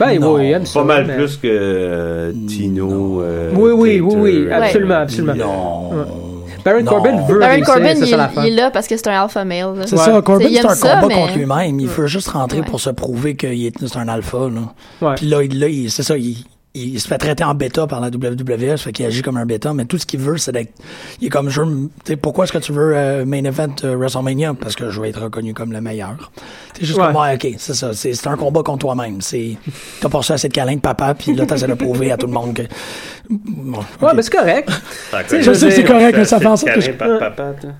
S3: Ben
S2: Non.
S3: oui, il aime ça.
S4: Pas mal
S3: mais-
S4: plus que euh, Tino. euh,
S3: Oui, oui, oui,
S4: Tater,
S3: oui,
S4: euh,
S3: absolument, absolument.
S2: Non.
S3: Ouais. Baron Corbin veut
S5: Baron
S3: réussir,
S5: Corbin,
S3: c'est
S5: il,
S3: ça l'affaire.
S5: il est là parce que c'est un alpha male. là.
S2: C'est ça, Corbin,
S5: il
S2: c'est
S5: aime
S2: un
S5: ça,
S2: combat
S5: mais-
S2: contre lui-même. Il veut juste rentrer pour se prouver qu'il est, c'est un alpha. Là. Puis là, il- là, il- c'est ça, il, il se fait traiter en bêta par la WWE, ça fait qu'il agit comme un bêta, mais tout ce qu'il veut, c'est d'être... Il est comme, je veux me- tu sais, pourquoi est-ce que tu veux euh, main event euh, WrestleMania? Parce que je veux être reconnu comme le meilleur. C'est juste
S3: Ouais.
S2: comme, ouais, OK, c'est ça, c'est, c'est un combat contre toi-même. C'est, t'as passé assez de câlins de papa, puis là, t'essaies de prouver à tout le monde que... Bon,
S3: Ouais, mais c'est correct. Euh, Tu sais,
S2: Je sais que c'est correct, mais ça fait en sorte que
S4: Câlin
S2: je...
S4: par papa, toi.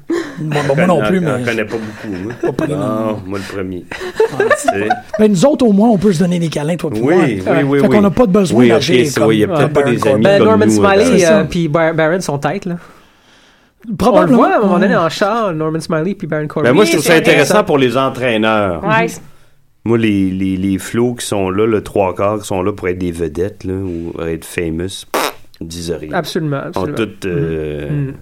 S2: Moi, moi non plus,
S4: On
S2: mais...
S4: connaît pas beaucoup. moi. Non, moi le premier. Tu sais.
S2: Ben, nous autres, au moins, on peut se donner des câlins, toi puis
S4: Oui,
S2: moi.
S4: oui,
S2: Fait
S4: oui,
S2: qu'on
S4: oui.
S2: n'a pas de besoin
S4: Oui, ok,
S2: d'agir
S4: c'est-
S2: comme
S4: oui, il y a
S2: euh,
S4: peut-être pas
S2: Baron
S4: des
S2: Corbin.
S4: amis
S3: Ben,
S4: comme
S3: Norman
S4: nous, là.
S2: C'est
S3: Smiley
S2: ça.
S3: euh, puis Bar- Baron sont têtes, là. On le
S2: Probablement.
S3: voit, à un moment donné, en char, Norman Smiley puis Baron Corbin.
S4: Ben, moi, je
S6: Oui,
S4: trouve
S6: c'est
S4: ça
S6: vrai.
S4: intéressant pour les entraîneurs.
S6: Ouais,
S4: Moi, les, les, les flots qui sont là, le trois quarts qui sont là pour être des vedettes là, ou être famous, pff, ils disent rien.
S3: Absolument,
S4: Ils sont
S3: absolument.
S4: toutes, euh,
S3: Mm.
S4: le-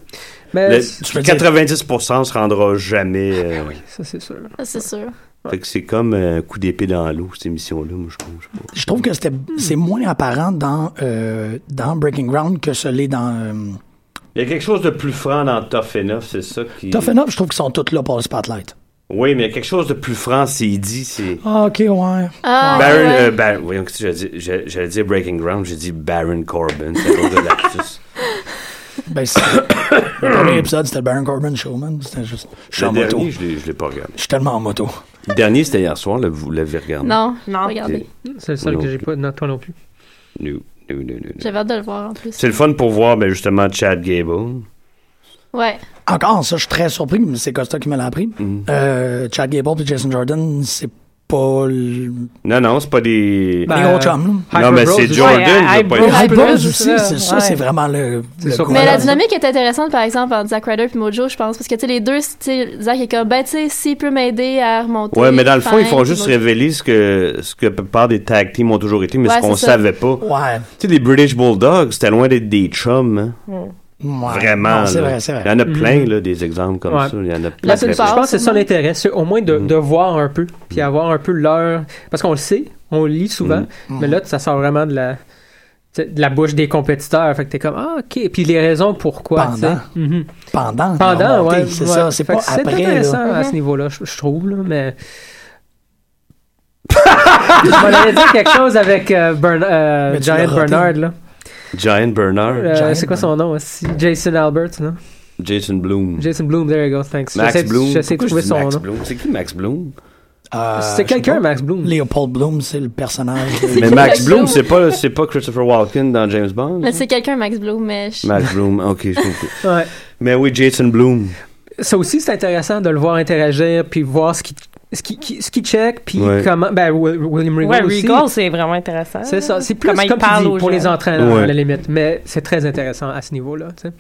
S3: Mais
S4: tu peux 90% se rendra jamais. euh,
S3: ça, c'est sûr.
S5: Ah, C'est sûr.
S4: Fait que c'est comme un coup d'épée dans l'eau, cette émission-là, moi, je trouve. je sais pas.
S2: Je trouve que c'était- c'est moins apparent dans, euh, dans Breaking Ground que ce l'est dans euh,
S4: Il y a quelque chose de plus franc dans Tough Enough, c'est ça qui...
S2: Tough Enough. Je trouve qu'ils sont tous là pour le spotlight.
S4: Oui, mais il y a quelque chose de plus franc, c'est dit, c'est...
S2: Ah, OK, ouais.
S5: Ah,
S4: Baron,
S5: ouais.
S4: euh, Baron- voyons, qu'est-ce que j'allais dire? J'ai- j'allais dire Breaking Ground, j'ai dit Baron Corbin, c'est un drôle de lapsus.
S2: Ben, c'est- le premier épisode, c'était Baron Corbin Showman. C'était juste... Je suis
S4: Le
S2: en moto.
S4: dernier, je l'ai- je l'ai pas regardé.
S2: Je suis tellement en moto.
S4: Le dernier, c'était hier soir, là, vous l'avez regardé.
S5: Non,
S6: Non.
S5: regardez.
S3: C'est le seul
S4: Non
S3: que j'ai
S4: plus.
S3: pas. Non, toi non plus.
S4: No, no, no, no, no.
S5: J'avais hâte de le voir en plus.
S4: C'est le fun pour voir, ben, justement, Chad Gable.
S5: Ouais.
S2: Encore, ça, je suis très surpris, mais c'est Costa qui me l'a appris.
S4: Mm-hmm.
S2: Euh, Chad Gable et Jason Jordan, c'est pas... Le...
S4: Non, non, c'est pas des...
S2: Les
S3: Euh, Ben,
S2: gros chums, là.
S4: non, mais c'est
S3: Joe.
S4: Jordan,
S6: Ouais,
S4: je
S6: High
S4: veux pas
S6: Bros.
S4: être-
S2: High
S6: High
S2: Bros
S6: Bros
S2: aussi,
S6: aussi,
S2: c'est ça,
S3: ouais.
S2: c'est vraiment le.
S3: C'est
S2: le
S3: ça qu'on
S2: gros
S5: Mais la
S3: Voilà.
S2: lien.
S5: dynamique est intéressante, par exemple, entre Zack Ryder et Mojo, je pense. Parce que, tu sais, les deux, tu sais, Zack est comme, ben, tu sais, s'il peut m'aider à remonter.
S4: Ouais, mais dans le fond,
S5: fine,
S4: ils font
S5: puis
S4: juste
S5: Mojo-
S4: révéler ce que, ce que la plupart des tag teams ont toujours été, mais ce
S5: Ouais,
S4: qu'on
S5: c'est ça.
S4: savait pas.
S2: Ouais.
S4: Tu sais, les British Bulldogs, c'était loin d'être des chums, hein.
S2: ouais.
S4: Vraiment.
S2: Ah, Non, C'est
S4: là.
S2: vrai, Mhm. c'est
S4: Il y
S2: vrai.
S4: en a plein, là, des exemples comme
S3: Ouais.
S4: ça. Il y en a
S5: La
S4: plein.
S5: seule
S4: très
S3: Je
S5: part,
S4: plein.
S3: pense que c'est ça
S5: sûrement.
S3: l'intérêt, c'est au moins de,
S4: Mm.
S3: de voir un peu, puis avoir un peu leur... Parce qu'on le sait, on le lit souvent,
S4: Mm.
S3: mais là, ça sort vraiment de la, tu sais, de la bouche des compétiteurs. Fait que t'es comme, ah, OK. Puis les raisons pourquoi, tu sais.
S2: Pendant.
S3: Mhm.
S2: Pendant. la
S3: Pendant,
S2: montée,
S3: ouais.
S2: C'est
S3: ouais.
S2: ça, c'est
S3: Fait
S2: pas
S3: que C'est
S2: après.
S3: intéressant
S2: là.
S3: à
S6: Mhm.
S3: ce niveau-là, je, je trouve, là, mais... On allait dire quelque chose avec euh, Bern- euh,
S2: Mais tu l'as
S3: Giant
S2: raté.
S3: Bernard, là.
S4: Giant Bernard,
S3: Euh,
S2: Giant
S3: c'est quoi son nom aussi? Jason Albert, non?
S4: Jason Bloom.
S3: Jason Bloom, there you go, thanks.
S4: Max
S3: J'essaie de-
S4: Bloom.
S3: J'essaie de
S4: Pourquoi
S3: trouver
S4: je dis
S3: son
S4: Max
S3: nom.
S4: Bloom? C'est qui Max Bloom?
S2: Euh,
S3: C'est
S2: je sais
S3: quelqu'un,
S2: pas.
S3: Max Bloom.
S2: Léopold Bloom, c'est le personnage.
S4: Mais Max
S5: Max
S4: Bloom,
S5: Bloom.
S4: c'est pas, c'est pas Christopher Walken dans James Bond?
S5: Mais c'est quelqu'un, Max Bloom, mais. je-
S4: Max Bloom, ok, je comprends.
S3: Ouais.
S4: Mais oui, Jason Bloom.
S3: ça aussi, c'est intéressant de le voir interagir, puis voir ce qu'il ce qui, qui- ce qui check, puis
S4: Ouais.
S3: comment. Ben, Will- William
S6: Ouais,
S3: Regal aussi.
S6: Regal, c'est vraiment intéressant.
S3: C'est ça. C'est plus
S6: Comment il
S3: comme tu
S6: parle
S3: dis,
S6: aux
S3: pour
S6: gens.
S3: les entraîneurs,
S4: Ouais.
S3: à la limite. Mais c'est très intéressant à ce niveau-là. tu sais.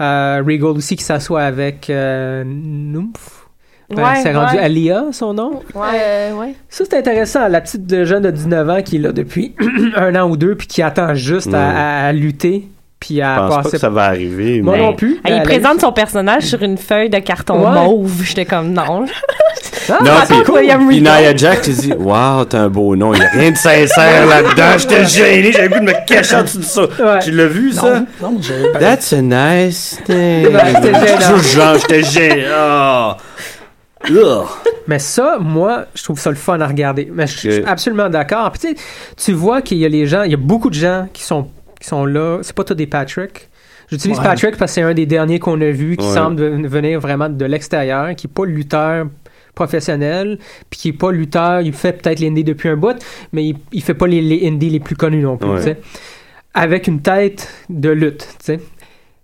S3: Euh, Regal aussi qui s'assoit avec euh, Noomph. Ben,
S6: Ouais,
S3: c'est rendu
S6: ouais.
S3: Alia, son nom.
S5: Euh, ouais.
S3: Ça, c'est intéressant. La petite de- jeune de 19 ans qui est là depuis un an ou deux, puis qui attend juste à-
S4: Ouais.
S3: à, à lutter, puis
S4: Je
S3: à
S4: pense pas
S3: passer.
S4: que ça va arriver.
S3: Moi
S4: mais-
S3: non plus.
S6: Ah, il
S3: Elle-
S6: présente son personnage sur une feuille de carton
S3: Ouais.
S6: mauve. J'étais comme non.
S3: Ah,
S4: Non,
S3: attends,
S4: puis,
S3: quoi, il y a
S4: puis
S3: Regal.
S4: Nia Jack, tu dis, waouh, t'as un beau nom, il n'y a rien de sincère là-dedans, j'étais gêné, j'avais le goût de me cacher en dessous de ça.
S3: Ouais.
S4: Tu l'as vu, ça?
S2: non, non, j'ai- ben,
S4: That's a nice thing.
S3: Ouais, c'était gênant.
S4: Je genre, j'étais gêné. Ah. Ugh.
S3: Mais ça, moi, je trouve ça le fun à regarder. Mais je, je suis
S4: Ok.
S3: absolument d'accord. Puis tu sais, tu vois qu'il y a les gens, il y a beaucoup de gens qui sont, qui sont là. C'est pas tous des Patrick. J'utilise
S2: Ouais.
S3: Patrick parce que c'est un des derniers qu'on a vu qui
S4: Ouais.
S3: semble ven- venir vraiment de l'extérieur, qui est pas lutteur professionnel, puis qui est pas lutteur, il fait peut-être l'indie depuis un bout, mais il, il fait pas les, les indies les plus connus non plus,
S4: Ouais.
S3: tu sais. Avec une tête de lutte, tu sais.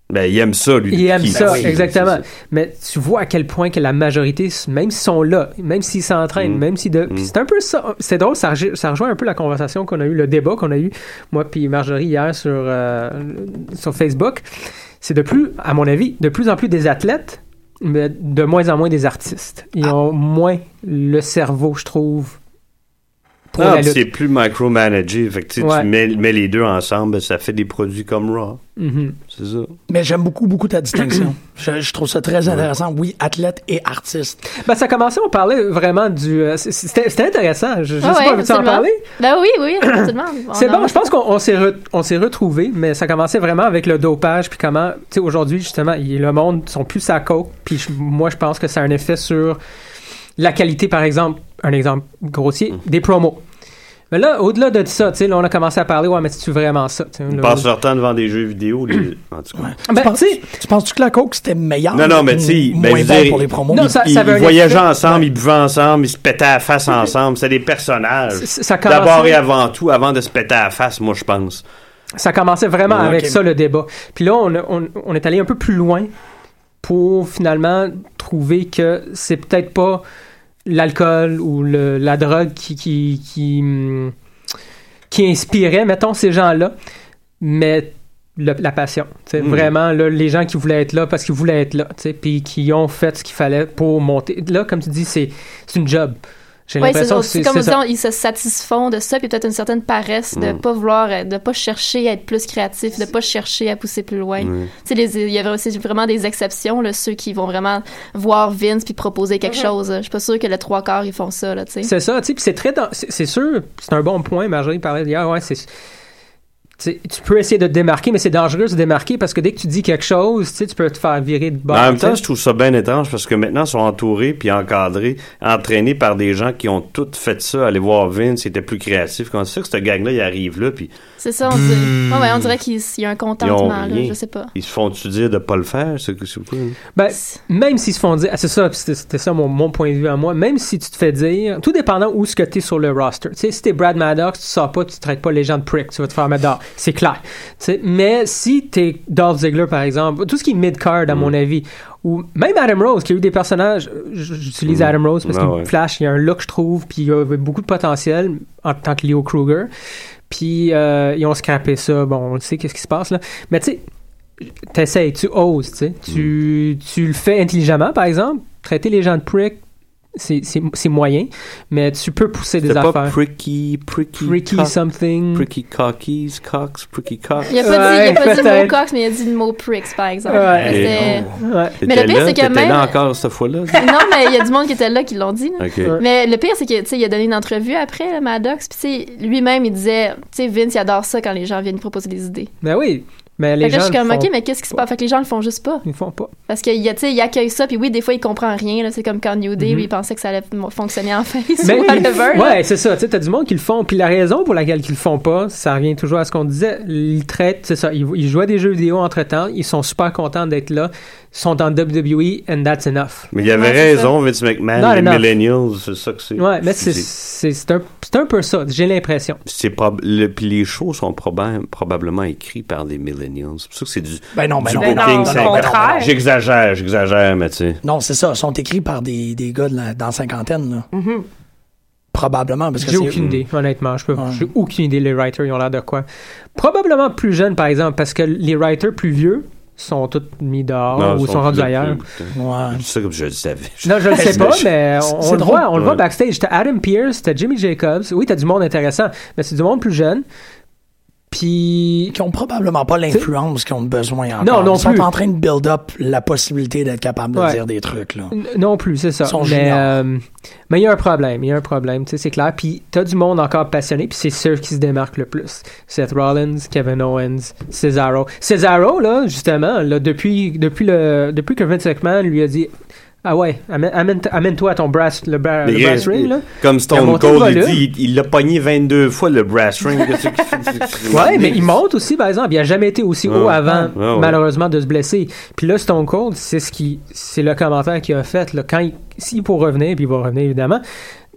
S4: Ben, il aime ça, lui.
S3: Il aime
S4: Qui-
S3: ça,
S4: Oui,
S3: exactement.
S4: c'est ça.
S3: Mais tu vois à quel point que la majorité, même s'ils sont là, même s'ils s'entraînent,
S4: Mm.
S3: même si de... puis c'est un peu ça. C'est drôle, ça, reje- ça rejoint un peu la conversation qu'on a eue, le débat qu'on a eu, moi puis Marjorie hier sur, euh, sur Facebook. C'est de plus, à mon avis, de plus en plus des athlètes, mais de
S4: Ah.
S3: moins en moins des artistes. Ils ont moins le cerveau, je trouve, pour
S4: non,
S3: la
S4: Ah, puis
S3: lutte.
S4: c'est plus micromanagé. Fait que, tu sais,
S3: Ouais.
S4: tu mets, mets les deux ensemble, ben, ça fait des produits comme Raw.
S3: Mhm.
S4: C'est ça.
S2: Mais j'aime beaucoup, beaucoup ta distinction. je, je trouve ça très intéressant. Oui, athlète et artiste.
S3: Ben, ça commençait, on parlait vraiment du. euh, c- C'était c'était intéressant. Je, je
S5: Ah
S3: sais
S5: ouais,
S3: pas, veux-tu en
S5: absolument.
S3: parler?
S5: Ben oui, oui, absolument. On
S3: C'est
S5: en-
S3: bon, je pense qu'on on s'est re- on s'est retrouvés, mais ça commençait vraiment avec le dopage, puis comment, tu sais, aujourd'hui, justement, il- le monde sont plus à coke, puis je- moi, je pense que ça a un effet sur la qualité, par exemple, un exemple grossier,
S4: Mm.
S3: des promos. Mais là, au-delà de ça, tu sais, là, on a commencé à parler, ouais, mais c'est-tu vraiment ça? Tu sais,
S4: Ils
S3: là-
S4: passent leur temps devant des jeux vidéo. les- En tout cas.
S3: Ben, tu sais,
S2: Tu penses-tu que la coke, c'était meilleur?
S4: Non, non, mais tu sais,
S2: Ou
S4: ben,
S2: moins
S4: je veux
S2: bon
S4: dire,
S2: pour les promos.
S3: non, ça-
S4: ils,
S3: avait un
S4: ils voyageaient
S3: effet.
S4: ensemble, ils buvaient ensemble, ils se pétaient à la face ensemble. C'est des personnages.
S3: C- c- ça commençait-
S4: D'abord et avant tout, avant de se péter à la face, moi, je pense.
S3: Ça commençait vraiment
S4: Ouais,
S3: avec
S4: ok.
S3: ça, le débat. Puis là, on, a- on- on est allé un peu plus loin pour finalement trouver que c'est peut-être pas l'alcool ou le- la drogue qui, qui, qui, hum, qui inspirait, mettons, ces gens-là, mais le- la passion. tu sais,
S4: Mhm.
S3: Vraiment, là, les gens qui voulaient être là parce qu'ils voulaient être là, tu sais, puis qui ont fait ce qu'il fallait pour monter. Là, comme tu dis, c'est c'est une job. J'ai
S5: Ouais, c'est
S3: l'impression que
S5: c'est
S3: c'est
S5: comme
S3: c'est ça.
S5: disons, ils se satisfont de ça, puis peut-être une certaine paresse de
S4: Mm.
S5: pas vouloir, être- de pas chercher à être plus créatif, de pas chercher à pousser plus loin. Tu sais, les- il y avait aussi vraiment des exceptions, là, ceux qui vont vraiment voir Vince puis proposer
S3: Mm-hmm.
S5: quelque chose. euh, Je suis pas sûre que les trois quarts, ils font ça, là, tu sais.
S3: C'est ça, tu sais, puis c'est très... dans- C'est c'est sûr, c'est un bon point, Marjorie parlait hier, ouais, c'est... tu sais, Tu peux essayer de te démarquer, mais c'est dangereux de se démarquer parce que dès que tu dis quelque chose, tu sais, tu peux te faire virer de bord.
S4: Mais en même temps,
S3: tu sais.
S4: je trouve ça bien étrange parce que maintenant, ils sont entourés puis encadrés, entraînés par des gens qui ont tous fait ça. Aller voir Vince, c'était plus créatif. Quand c'est sûr que cette gang-là, ils arrivent là puis
S5: C'est ça, on dirait, ouais, ouais, on dirait qu'il s- il y a un
S4: ils ont
S5: contentement, là,
S4: rien.
S5: je sais pas.
S4: Ils se font-tu dire de pas le faire? C'est c'est quoi?
S3: Ben, même s'ils se font dire, ah, c'est ça, c'était c'était ça mon, mon point de vue à moi, même si tu te fais dire, tout dépendant où ce que t'es sur le roster. Tu sais, si t'es Brad Maddox, tu sors pas, tu traites pas les gens de prick, tu vas te faire mettre dehors. C'est clair. Tu sais, mais si t'es Dolph Ziggler, par exemple, tout ce qui est mid-card,
S4: Mm.
S3: à mon avis, ou même Adam Rose, qui a eu des personnages, j- j'utilise
S4: Mm.
S3: Adam Rose parce
S4: Ah
S3: qu'il
S4: ouais.
S3: flash, il y a un look, je trouve, puis il y a beaucoup de potentiel en tant que Leo Kruger. Puis euh, ils ont scrappé ça, bon, on le sait qu'est-ce qui se passe là. Mais tu sais, t'essayes, tu oses, tu sais.
S4: Mm.
S3: Tu, tu le fais intelligemment, par exemple. Traiter les gens de prick, c'est c'est- c'est moyen, mais tu peux pousser des
S4: C'était pas
S3: affaires.
S4: pricky, pricky,
S3: Pricky
S4: cock-
S3: something.
S4: pricky cockies, cocks, pricky cocks.
S5: Il a pas dit, il a
S3: Ouais,
S5: pas dit le mot
S3: peut-être.
S5: cox, mais il a dit le mot pricks, par exemple.
S3: Ouais.
S5: C'était-
S3: Ouais.
S5: Mais le
S4: T'étais
S5: pire,
S4: là?
S5: c'est que
S4: T'étais
S5: même-
S4: là encore cette fois-là?
S5: non, mais il y a du monde qui était là qui l'ont dit. là.
S4: OK.
S5: Mais le pire, c'est que, tu sais, il a donné une entrevue après, là, Maddox, puis, tu sais, lui-même, il disait, tu sais, Vince, il adore ça quand les gens viennent lui proposer des idées.
S3: Ben oui, mais
S5: Fait
S3: les
S5: que là,
S3: gens.
S5: je suis
S3: le
S5: comme,
S3: font-
S5: OK, mais qu'est-ce qui se passe? Fait que les gens le font juste pas.
S3: Ils le font pas.
S5: Parce que, il y a- tu sais, il accueille ça, puis oui, des fois, il comprend rien, là. C'est comme quand New Day,
S3: Mhm.
S5: lui, il pensait que ça allait m- fonctionner en face.
S3: Mais-
S5: ou whatever, là.
S3: ouais, c'est ça. Tu sais, t'as du monde qui le font. Puis la raison pour laquelle ils le font pas, ça revient toujours à ce qu'on disait. Ils traitent, c'est ça. Ils, ils jouaient des jeux vidéo entre temps. Ils sont super contents d'être là. Ils sont en WWE and that's enough.
S4: Mais il y avait
S5: Ouais, c'est
S4: raison, Vince McMahon,
S3: Non,
S4: les
S3: non.
S4: millennials, c'est ça que c'est.
S3: Ouais, mais c'est-
S4: C'est-
S3: c'est c'est un, c'est un peu ça. J'ai l'impression.
S4: c'est prob- le- Puis les shows sont proba- probablement écrits par des millennials. C'est pour ça que c'est du,
S2: Ben non, ben
S4: du
S2: non.
S6: Ben non,
S4: booking.
S6: au
S4: c'est-
S6: contraire.
S4: J'exagère, j'exagère, mais tu sais.
S2: Non, c'est ça. Ils sont écrits par des, des gars de la- dans la cinquantaine. Là. Probablement. parce que
S3: J'ai
S2: c'est-
S3: aucune idée, honnêtement. Je peux,
S2: Ouais.
S3: j'ai aucune idée. Les writers, ils ont l'air de quoi. Probablement plus jeunes, par exemple, parce que les writers plus vieux sont tous mis dehors
S4: Non,
S3: Ah, ou
S4: ils
S3: sont rendus
S4: plus-
S3: ailleurs.
S4: plus-
S2: Ouais.
S4: C'est ça comme je le savais.
S3: Non, je le sais pas,
S2: c'est-
S3: mais on,
S2: c'est
S3: on le
S2: drôle.
S3: voit, on le voit
S4: Ouais.
S3: backstage. T'as Adam Pierce, t'as Jimmy Jacobs. Oui, t'as du monde intéressant, mais c'est du monde plus jeune. Puis
S2: Qui ont probablement pas l'influence qu'ils ont besoin encore.
S3: Non, non
S2: Ils sont
S3: plus.
S2: en train de build up la possibilité d'être capable de
S3: Ouais.
S2: dire des trucs. Là.
S3: N- Non plus, c'est ça.
S2: Ils sont
S3: mais
S2: juniors.
S3: euh, mais il y a un problème, il y a un problème, tu sais, c'est clair. Puis t'as du monde encore passionné, puis c'est ceux qui se démarquent le plus. Seth Rollins, Kevin Owens, Cesaro. Cesaro, là, justement, là, depuis, depuis, le, depuis que Vince McMahon lui a dit Ah ouais, amène- amène- amène-toi à ton brass, le, bra- euh,
S4: Mais
S3: le
S4: il-
S3: brass ring, là.
S4: Comme
S3: Il a
S4: Stone
S3: monté le
S4: Cold, il
S3: volume.
S4: dit, il- il l'a pogné 22 fois le brass ring. Qu'est-ce qu'il fait?
S3: Ouais, mais il monte aussi, par exemple. Il a jamais été aussi
S4: Ouais.
S3: haut avant,
S4: Ouais, ouais.
S3: malheureusement, de se blesser. Puis là, Stone Cold, c'est ce qui, c'est le commentaire qu'il a fait. Là, quand il, s'il faut revenir, puis il va revenir évidemment,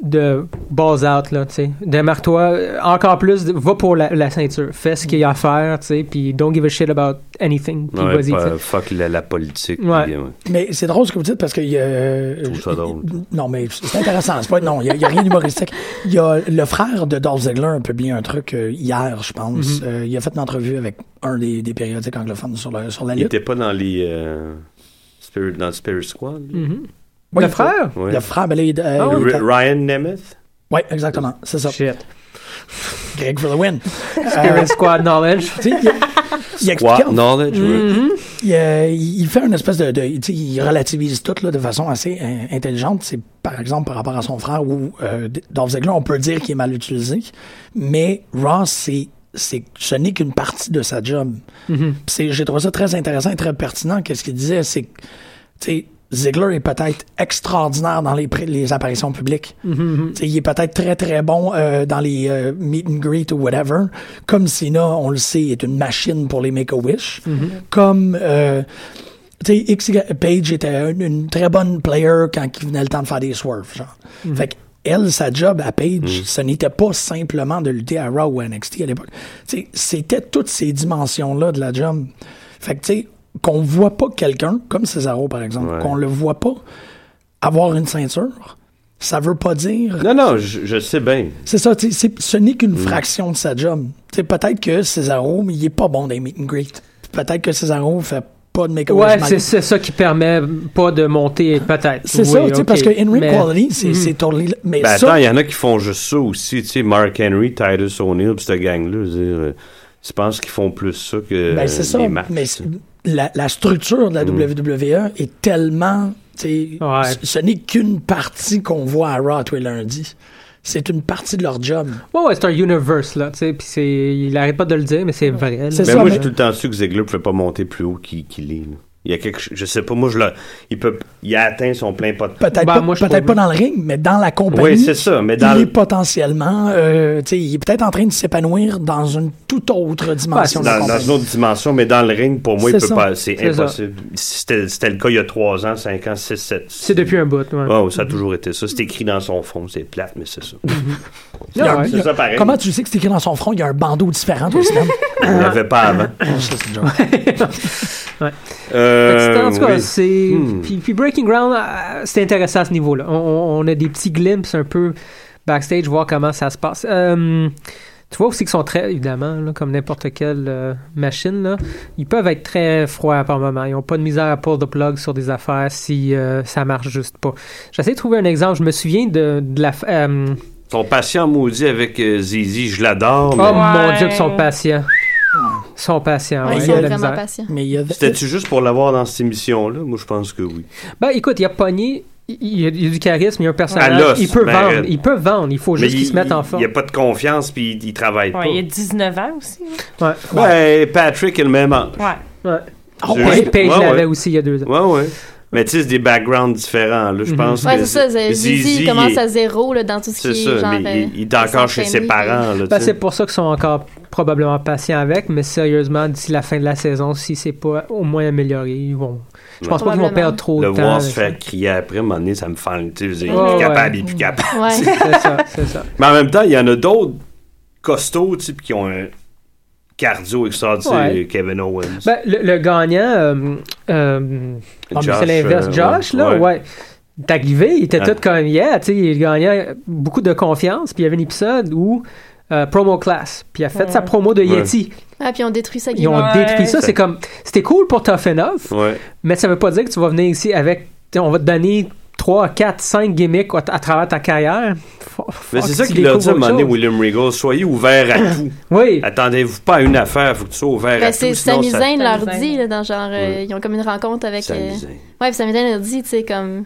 S3: de balls out là, tu sais, démarre-toi euh, encore plus, de- va pour la, la ceinture, fais ce qu'il y a à faire, tu sais, puis don't give a shit about anything, puis
S4: Ouais,
S3: vas-y.
S4: pas-
S3: tu sais.
S4: fuck la, la politique.
S3: Ouais.
S4: puis, euh, ouais.
S2: Mais c'est drôle ce que vous dites parce que. il y a- euh,
S4: trouve ça drôle.
S2: Non, mais c'est intéressant. C'est pas, non, il n'y a, rien d'humoristique. Il y a le frère de Dolph Ziggler a publié un truc euh, hier, je pense.
S3: Mm-hmm.
S2: Euh, il a fait une entrevue avec un des, des périodiques anglophones sur, le- sur la
S4: Il
S2: lutte.
S4: était pas dans les. euh, Spirit, dans le Spirit Squad. lui?
S3: Mhm. Ah,
S2: Oui,
S3: le
S2: il-
S3: frère?
S4: Ouais.
S2: Le frère, ben là, il, euh,
S4: Le
S2: il
S4: Ri-
S2: était-
S4: Ryan Nemeth
S2: Oui, exactement. C'est ça.
S3: Shit.
S2: Greg for the win.
S3: Spirit Squad Knowledge.
S2: Tu sais, il- il explique-
S4: Quoi? Knowledge? oui.
S3: Mhm.
S2: il, euh, il fait une espèce de, de- tu sais, il relativise tout là, de façon assez euh, intelligente. C'est par exemple par rapport à son frère ou euh, D- Dolph Ziggler, on peut dire qu'il est mal utilisé, mais Ross c'est c'est ce n'est qu'une partie de sa job. C'est j'ai trouvé ça très intéressant et très pertinent. Qu'est-ce qu'il disait, c'est que, tu sais, Ziggler est peut-être extraordinaire dans les, pré- les apparitions publiques. Tu sais, Il est peut-être très, très bon euh, dans les euh, meet and greet ou whatever. Comme Sina, on le sait, est une machine pour les Make-A-Wish. Comme... euh, tu sais, X- Paige était une, une très bonne player quand il venait le temps de faire des swerves. Genre.
S3: Mhm.
S2: Fait que elle, sa job à Paige, ce n'était pas simplement de lutter à Raw ou à NXT à l'époque. Tu sais, C'était toutes ces dimensions-là de la job. Fait que, tu sais, qu'on voit pas quelqu'un, comme Cesaro par exemple, qu'on le voit pas avoir une ceinture, ça veut pas dire
S4: Non, non, je, je sais bien.
S2: c'est ça, tu sais, c'est- ce n'est
S3: Mhm.
S2: qu'une fraction de sa job. Tu sais, Peut-être que Cesaro, il est pas bon des meet and greet. Peut-être que Cesaro fait pas de make-up.
S3: Ouais, c'est c'est ça qui permet pas de monter, peut-être.
S2: C'est ça,
S3: Oui,
S2: tu sais,
S3: ok.
S2: parce que in-ring
S3: Mais- Mhm.
S2: quality, c'est c'est totally- Mais
S4: Ben
S2: ça,
S4: attends, il y en a qui font juste ça aussi, tu sais, Mark Henry, Titus O'Neill, pis cette gang-là, je veux dire, euh, tu penses qu'ils font plus ça que
S2: ben, c'est
S4: euh,
S2: ça.
S4: les Mhm. matchs.
S2: Mais
S4: tu sais.
S2: c'est- la, la structure de la WWE est tellement. tu sais,
S3: Ouais.
S2: c- Ce n'est qu'une partie qu'on voit à Raw tous les lundis. C'est une partie de leur job.
S3: Ouais, ouais, c'est un universe, là, tu sais, puis c'est... Il arrête pas de le dire, mais c'est vrai. là.
S2: C'est
S4: Mais
S2: ça,
S4: Ben moi,
S2: mais-
S4: j'ai tout le temps su que Ziggler pouvait pas monter plus haut qu'il qu'il est. là. Il y a quelque chose, je sais pas, moi, je le, il peut, il a atteint son plein pot.
S2: Peut-être
S3: Ben,
S2: pas,
S3: moi, je
S2: peut-être
S3: trouve-
S2: pas dans le ring, mais dans la compagnie.
S4: Oui, c'est ça, mais dans
S2: il
S4: le-
S2: est potentiellement, euh, tu sais, il est peut-être en train de s'épanouir dans une toute autre dimension de la
S4: Dans, dans
S2: compagnie.
S4: une autre dimension, mais dans le ring, pour moi, il
S2: C'est
S4: peut
S2: ça.
S4: pas, c'est
S3: C'est ça.
S4: impossible. C'était c'était le cas il y a 3 ans, 5 ans, 6, 7.
S3: C'est depuis un bout, ouais.
S4: Oh, ça a toujours été ça. C'est écrit dans son fond, c'est plate, mais c'est ça.
S2: Il y a un-
S3: Mm-hmm. Ouais.
S2: il y a-
S4: C'est ça, pareil.
S2: Comment tu sais que c'est écrit dans son front, il y a un bandeau différent tous les semaines?
S4: On l'avait pas avant.
S2: Ça, c'est une joke.
S4: Euh,
S3: Fait que c'est- en tout cas,
S4: oui.
S3: c'est.
S4: Hmm.
S3: Puis, puis Breaking Ground, euh, c'est intéressant à ce niveau-là. On- On, on a des petits glimpses un peu backstage, voir comment ça se passe. Euh, tu vois aussi qu'ils sont très, évidemment, là, comme n'importe quelle euh, machine, là, ils peuvent être très froids par moment. Ils n'ont pas de misère à pull the plug sur des affaires si euh, ça marche juste pas. J'essaie de trouver un exemple. Je me souviens de, de la. f- euh,
S4: Ils sont patients maudits avec euh, Zizi, je l'adore,
S3: oh
S4: mais
S3: mon
S6: Ouais.
S3: dieu, ils sont patients. Ils sont
S2: Ouais,
S3: patients. Ah ouais,
S5: Ils
S3: il
S5: sont
S3: y a de la
S5: vraiment
S3: misère.
S5: patients.
S2: Mais il y a...
S4: c'était-tu juste pour l'avoir dans cette émission-là? Moi, je pense que oui.
S3: Ben écoute, il a pogné, il il y a, il y a du charisme, il y a un personnage,
S4: À l'os,
S3: il peut
S4: ben,
S3: vendre,
S4: euh,
S3: il peut vendre, il faut
S4: Mais
S3: juste qu'il se mette en forme.
S4: Il n'y a pas de confiance, puis il, il travaille
S6: Ouais, il a
S4: pas.
S6: 19 ans aussi. hein.
S3: Ouais,
S4: Ouais, Ben, Patrick est le même âge.
S6: Ouais.
S3: ouais.
S2: Oh,
S4: C'est
S2: ouais.
S4: juste-
S3: Page
S4: ouais,
S3: l'avait
S4: ouais.
S3: aussi il y a deux ans.
S4: Ouais, ouais. Mais tu sais, c'est des backgrounds différents,
S3: Mhm.
S4: là, je pense.
S5: Ouais,
S4: que
S5: c'est ça. c'est- Zizi, il commence
S4: il-
S5: à zéro là, dans tout ce
S4: C'est
S5: qui est
S4: ça,
S5: genre.
S4: mais
S5: euh,
S4: il, il est encore chez ses
S5: famille,
S4: parents,
S3: Ben,
S4: là, tu
S3: c'est
S4: sais.
S3: pour ça qu'ils sont encore probablement patients avec, mais sérieusement, d'ici la fin de la saison, si c'est pas au moins amélioré, ils vont. Je pense
S4: Ouais.
S3: pas qu'ils vont
S5: Probablement.
S3: perdre trop
S4: Le
S3: de temps.
S4: voir se
S3: avec Ah
S4: faire crier après, à un moment donné, ça me fend. Tu sais, il est
S3: Ouais,
S4: plus capable,
S3: ouais.
S5: Mhm.
S4: il est plus capable.
S5: puis- Ouais.
S3: ça. C'est ça, c'est ça.
S4: Mais en même temps, il y en a d'autres costauds, tu sais, puis qui ont un cardio extraordinaire,
S3: Ouais.
S4: Kevin Owens.
S3: Ben, le, le gagnant, euh, euh, Ah, mais
S4: Josh,
S3: c'est l'inverse.
S4: euh,
S3: Josh, là, ouais. Taglivé, il était
S4: Ah.
S3: tout comme, yeah, tu sais, il gagnait beaucoup de confiance. Puis il y avait un épisode où euh, Promo Class, puis il a fait sa promo de
S4: Ouais.
S3: Yeti.
S5: Ah, puis on détruit sa
S3: Ils ont
S5: guimauve.
S6: Ouais.
S3: détruit ça. C'est comme, c'était cool pour Tough Enough,
S4: Ouais.
S3: mais ça veut pas dire que tu vas venir ici avec, tu sais, on va te donner 3, 4, 5 gimmicks à, à travers ta carrière. Faut-
S4: Mais
S3: faut
S4: c'est
S3: que
S4: ça
S3: tu
S4: qu'il a dit à un
S3: découvres
S4: moment donné,
S3: Ah, autre chose.
S4: William Regal. Soyez ouverts à tout.
S3: Oui.
S4: Attendez-vous pas à une affaire, faut que tu sois ouvert à
S5: Ben,
S4: tout.
S5: c'est
S4: sinon ça-
S5: Samizane leur
S6: Sami Zayn.
S5: dit, là, dans genre, euh,
S4: Ouais.
S5: ils ont comme une rencontre avec.
S4: Sami
S5: euh,
S4: Zayn.
S5: Ouais, puis Samizane leur dit, tu sais, comme.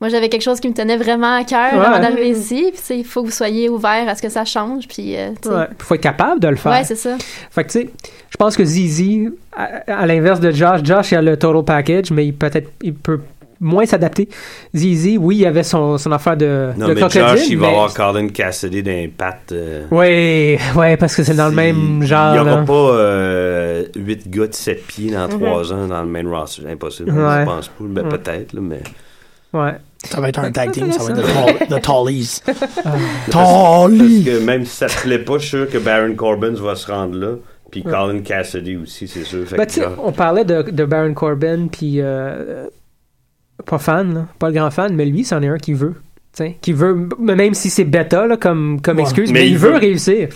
S5: Moi, j'avais quelque chose qui me tenait vraiment à cœur
S3: Ouais.
S5: avant
S6: Mm-hmm.
S5: d'arriver ici, puis tu sais, il faut que vous soyez ouverts à ce que ça change, puis. euh, tu sais.
S3: Ouais. Faut être capable de le faire.
S5: Ouais, c'est ça.
S3: Fait que tu sais, je pense que Zizi, à, à l'inverse de Josh, Josh il a le total package, mais il peut-être il peut moins s'adapter. Zizi, oui, il avait son, son affaire de,
S4: Non,
S3: de
S4: mais
S3: crocodile.
S4: Josh, il va
S3: mais-
S4: avoir Colin Cassidy d'un pat. euh,
S3: Ouais, ouais, parce que c'est dans le
S4: si-
S3: même genre. hein.
S4: Il n'y aura
S3: là.
S4: pas euh, 8 gars de 7 pieds dans 3 ans dans le main roster. Impossible.
S3: Ouais.
S4: Je pense pas. Ben, Peut-être, là, mais.
S3: Ouais.
S2: Ça va être un tag team, ça va être The, tall, the Tallies.
S4: Ah.
S2: Tallies!
S4: Parce que même si ça te plaît pas, je suis sûr que Baron Corbin va se rendre là. Puis Colin Cassidy aussi, c'est sûr. Fait
S3: Ben,
S4: que,
S3: tu sais,
S4: genre,
S3: on parlait de, de Baron Corbin, puis euh, pas fan, là, pas le grand fan, mais lui, c'en est un qui veut. tu sais, Qui veut, même si c'est bêta là, comme, comme
S2: Ouais.
S3: excuse, mais,
S4: Mais
S3: il,
S4: il
S3: veut,
S4: veut.
S3: réussir.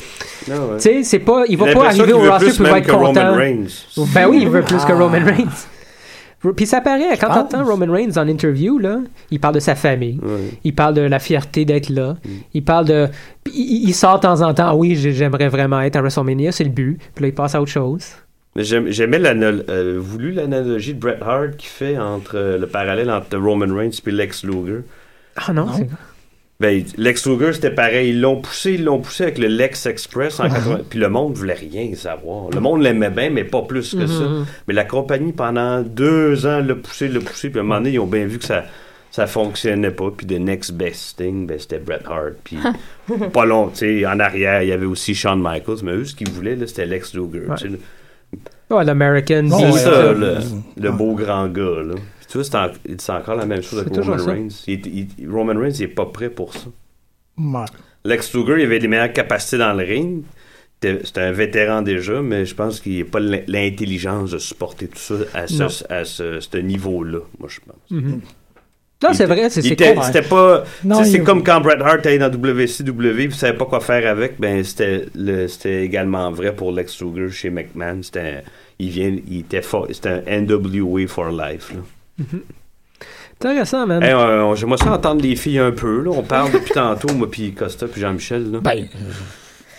S3: Tu
S4: non, ouais.
S3: sais, c'est pas, il va
S4: J'ai
S3: pas
S4: l'impression
S3: arriver
S4: qu'il
S3: au
S4: veut
S3: roster
S4: plus
S3: pour
S4: même
S3: être
S4: que
S3: content.
S4: Roman Reigns.
S3: Ben oui, il veut plus que Roman Reigns. Puis ça paraît, quand t'entends Roman Reigns en interview, là, il parle de sa famille, il parle de la fierté d'être là, il parle de... puis Il, il sort de temps en temps, Ah oui, j'ai- j'aimerais vraiment être à WrestleMania, c'est le but, puis là, il passe à autre chose.
S4: Mais j'aime- J'aimais l'anal- euh, voulu l'analogie de Bret Hart qui fait entre euh, le parallèle entre Roman Reigns et Lex Luger.
S3: Ah non, c'est-
S4: Ben, Lex Luger, c'était pareil. Ils l'ont poussé, ils l'ont poussé avec le Lex Express
S2: Mhm.
S4: en
S3: Ouais.
S4: 80. Puis le monde voulait rien savoir. Le monde l'aimait bien, mais pas plus que ça.
S3: Mhm.
S4: Mais la compagnie, pendant deux ans, l'a poussé, l'a poussé. Puis à un moment donné, ils ont bien vu que ça ça fonctionnait pas. Puis the next best thing, ben, c'était Bret Hart. Puis
S2: Ah.
S4: pas long, tu sais, en arrière, il y avait aussi Shawn Michaels. Mais eux, ce qu'ils voulaient, là, c'était Lex Luger.
S3: Ouais.
S4: tu sais.
S3: Ouais, l'American.
S4: C'est
S3: il-
S4: ça, le, le beau grand gars. Là. Puis tu vois, c'est en- c'est encore la même chose
S2: C'est
S4: avec
S2: toujours
S4: Roman
S2: ça.
S4: Reigns. Il est- il- Roman Reigns, il n'est pas prêt pour ça.
S2: Ouais.
S4: Lex Luger, il avait les meilleures capacités dans le ring. C'était c'était un vétéran déjà, mais je pense qu'il n'a pas l'in- l'intelligence de supporter tout ça à ce,
S3: Non.
S4: à ce, ce niveau-là, moi, je pense.
S3: Mhm. Non, c'est vrai, c'est
S4: Il
S3: c'est
S4: était-
S3: cool. hein.
S4: C'était pas. tu
S3: Non,
S4: sais, c'est
S3: il-
S4: comme quand Bret Hart allait dans WCW et ne savait pas quoi faire avec. Ben, c'était le- c'était également vrai pour Lex Luger chez McMahon. C'était un- il vient, il était fort. C'était un NWA for life. là.
S3: Intéressant, man.
S4: Hey, euh, on- J'aimerais ça entendre les filles un peu. là. On parle depuis tantôt, moi puis Costa puis Jean-Michel. là. euh,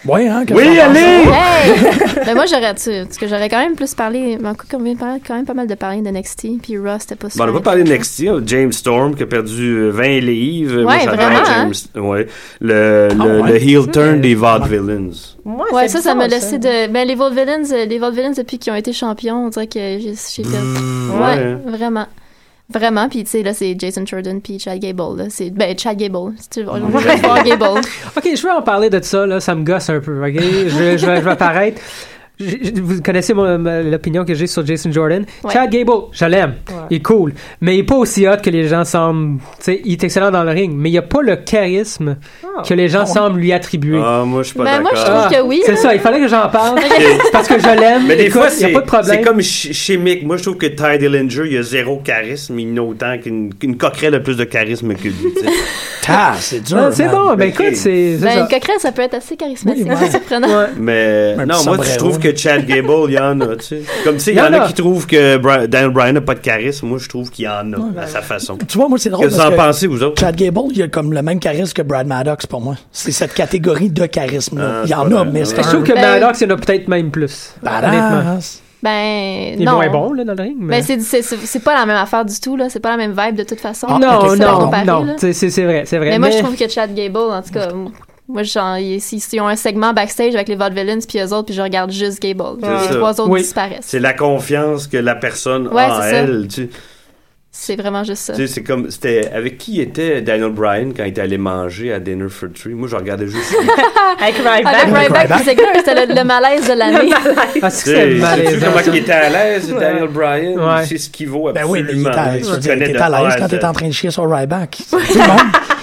S2: Ouais, hein, qu'est-ce
S4: Oui,
S2: qu'on pense?
S4: allez!
S5: Hey! Mais moi, j'aurais. tu- Parce que j'aurais quand même plus parlé. Mais en coup, on vient de parler- quand même pas mal de parler de NXT. Puis Raw, c'était pas
S4: Bon, on Bah, va parler de NXT. hein. James Storm qui a perdu euh, 20 livres. Moi,
S5: Ouais,
S4: j'adore
S5: vraiment, hein?
S4: James. ouais. Le, le, le heel turn des Vaudevillains.
S5: Ouais, ça, ça m'a laissé de. Ben, les Vaudevillains, euh, les Vaudevillains, depuis qu'ils ont été champions, on dirait que j'ai j'ai fait.
S4: Mmh,
S5: ouais,
S4: ouais.
S5: vraiment. Vraiment, puis tu sais, là, c'est Jason Jordan puis Chad Gable. Là. C'est... Ben, Chad Gable. Si tu veux, on va voir Gable.
S3: Ok, je vais en parler de ça, là, ça me gosse un peu, ok? Je, vais- je, vais- je vais apparaître. Je- je- Vous connaissez mon- ma- l'opinion que j'ai sur Jason Jordan.
S5: Ouais.
S3: Chad Gable, je l'aime. Il est cool. Mais il est pas aussi hot que les gens semblent. Tu sais, il est excellent dans le ring, mais il a pas le charisme que les gens semblent lui attribuer.
S4: Ah, moi, je suis pas
S5: Ah. Ben, moi,
S4: d'accord.
S5: je trouve que oui.
S3: C'est
S5: là.
S3: ça, il fallait que j'en parle
S4: Ok.
S3: parce que je l'aime.
S4: Mais des
S3: Ah. Écoute,
S4: fois,
S3: il n'y
S4: c'est
S3: a pas de
S4: c'est
S3: problème.
S4: comme chi- chimique. Moi, je trouve que Ty Dillinger, il a zéro charisme. Il n'a autant qu'une qu'une coquerelle a plus de charisme que lui. tu sais.
S2: Ah, c'est dur.
S3: Non, c'est
S2: man.
S3: bon, ben
S4: Ok.
S3: écoute, c'est. c'est
S5: Ben,
S3: ça.
S5: une coquerelle, ça peut être assez charismatique.
S3: Oui, ouais.
S5: C'est surprenant.
S4: Mais
S2: Un
S4: non,
S2: petit
S4: moi, je
S2: sombrero.
S4: trouve que Chad Gable, il y en a. tu sais. Comme tu sais, il y en a qui trouvent que Bri- Daniel Bryan n'a pas de charisme. Moi, je trouve qu'il y en a à sa façon.
S2: Tu vois, moi, c'est drôle.
S4: Qu'est-ce que vous
S2: parce
S4: en pensez, vous autres?
S2: Chad Gable, il a comme le même charisme que Brad Maddox pour moi. C'est cette catégorie de charisme-là.
S4: Ah,
S2: il y en
S4: c'est
S2: a,
S4: pas
S2: mais
S4: vrai.
S2: c'est
S3: Je trouve
S2: un
S3: que
S5: Ben-
S3: Maddox, il y en a peut-être même plus. Honnêtement.
S2: badass.
S5: Ben,
S3: Il est
S5: non.
S3: moins bon, là, dans le ring.
S5: Ben, c'est, c'est, c'est, c'est pas la même affaire du tout, là. C'est pas la même vibe de toute façon.
S2: Ah,
S3: non,
S5: C'est pas
S3: non,
S5: comparé, là.
S3: non. C'est c'est- c'est vrai, c'est vrai.
S5: Mais moi, je trouve que Chad Gable, en tout cas, m- moi, genre, ils, ils- ils ont un segment backstage avec les Vaudevillains puis eux autres, puis je regarde juste Gable. Puis
S4: C'est
S5: les
S4: ça.
S5: trois autres
S3: Oui.
S5: disparaissent.
S4: C'est la confiance que la personne
S5: Ouais,
S4: a en
S5: c'est ça.
S4: elle. tu sais.
S5: C'est vraiment juste ça.
S4: Tu sais, c'est comme, c'était, avec qui était Daniel Bryan quand il était allé manger à Dinner for Three? Moi, je regardais juste.
S6: Avec Ryback.
S5: Avec Ryback, puis c'est clair que c'était le, le malaise de l'année.
S3: Ah, c'est
S4: Tu
S3: que c'est
S4: sais, sais-tu
S3: malaisant,
S4: comment
S3: ça.
S4: il était à l'aise,
S3: Ouais.
S4: Daniel Bryan?
S3: Ouais.
S4: Il sait ce qu'il vaut
S2: Ben oui, mais il est
S4: absolument.
S2: à
S4: Il
S2: l'aise. Je veux
S4: se
S2: dire,
S4: connaît
S2: T'es
S4: de
S2: à l'aise
S4: A
S2: quand
S4: Z.
S2: t'es en train de chier sur Ryback. Tout le monde,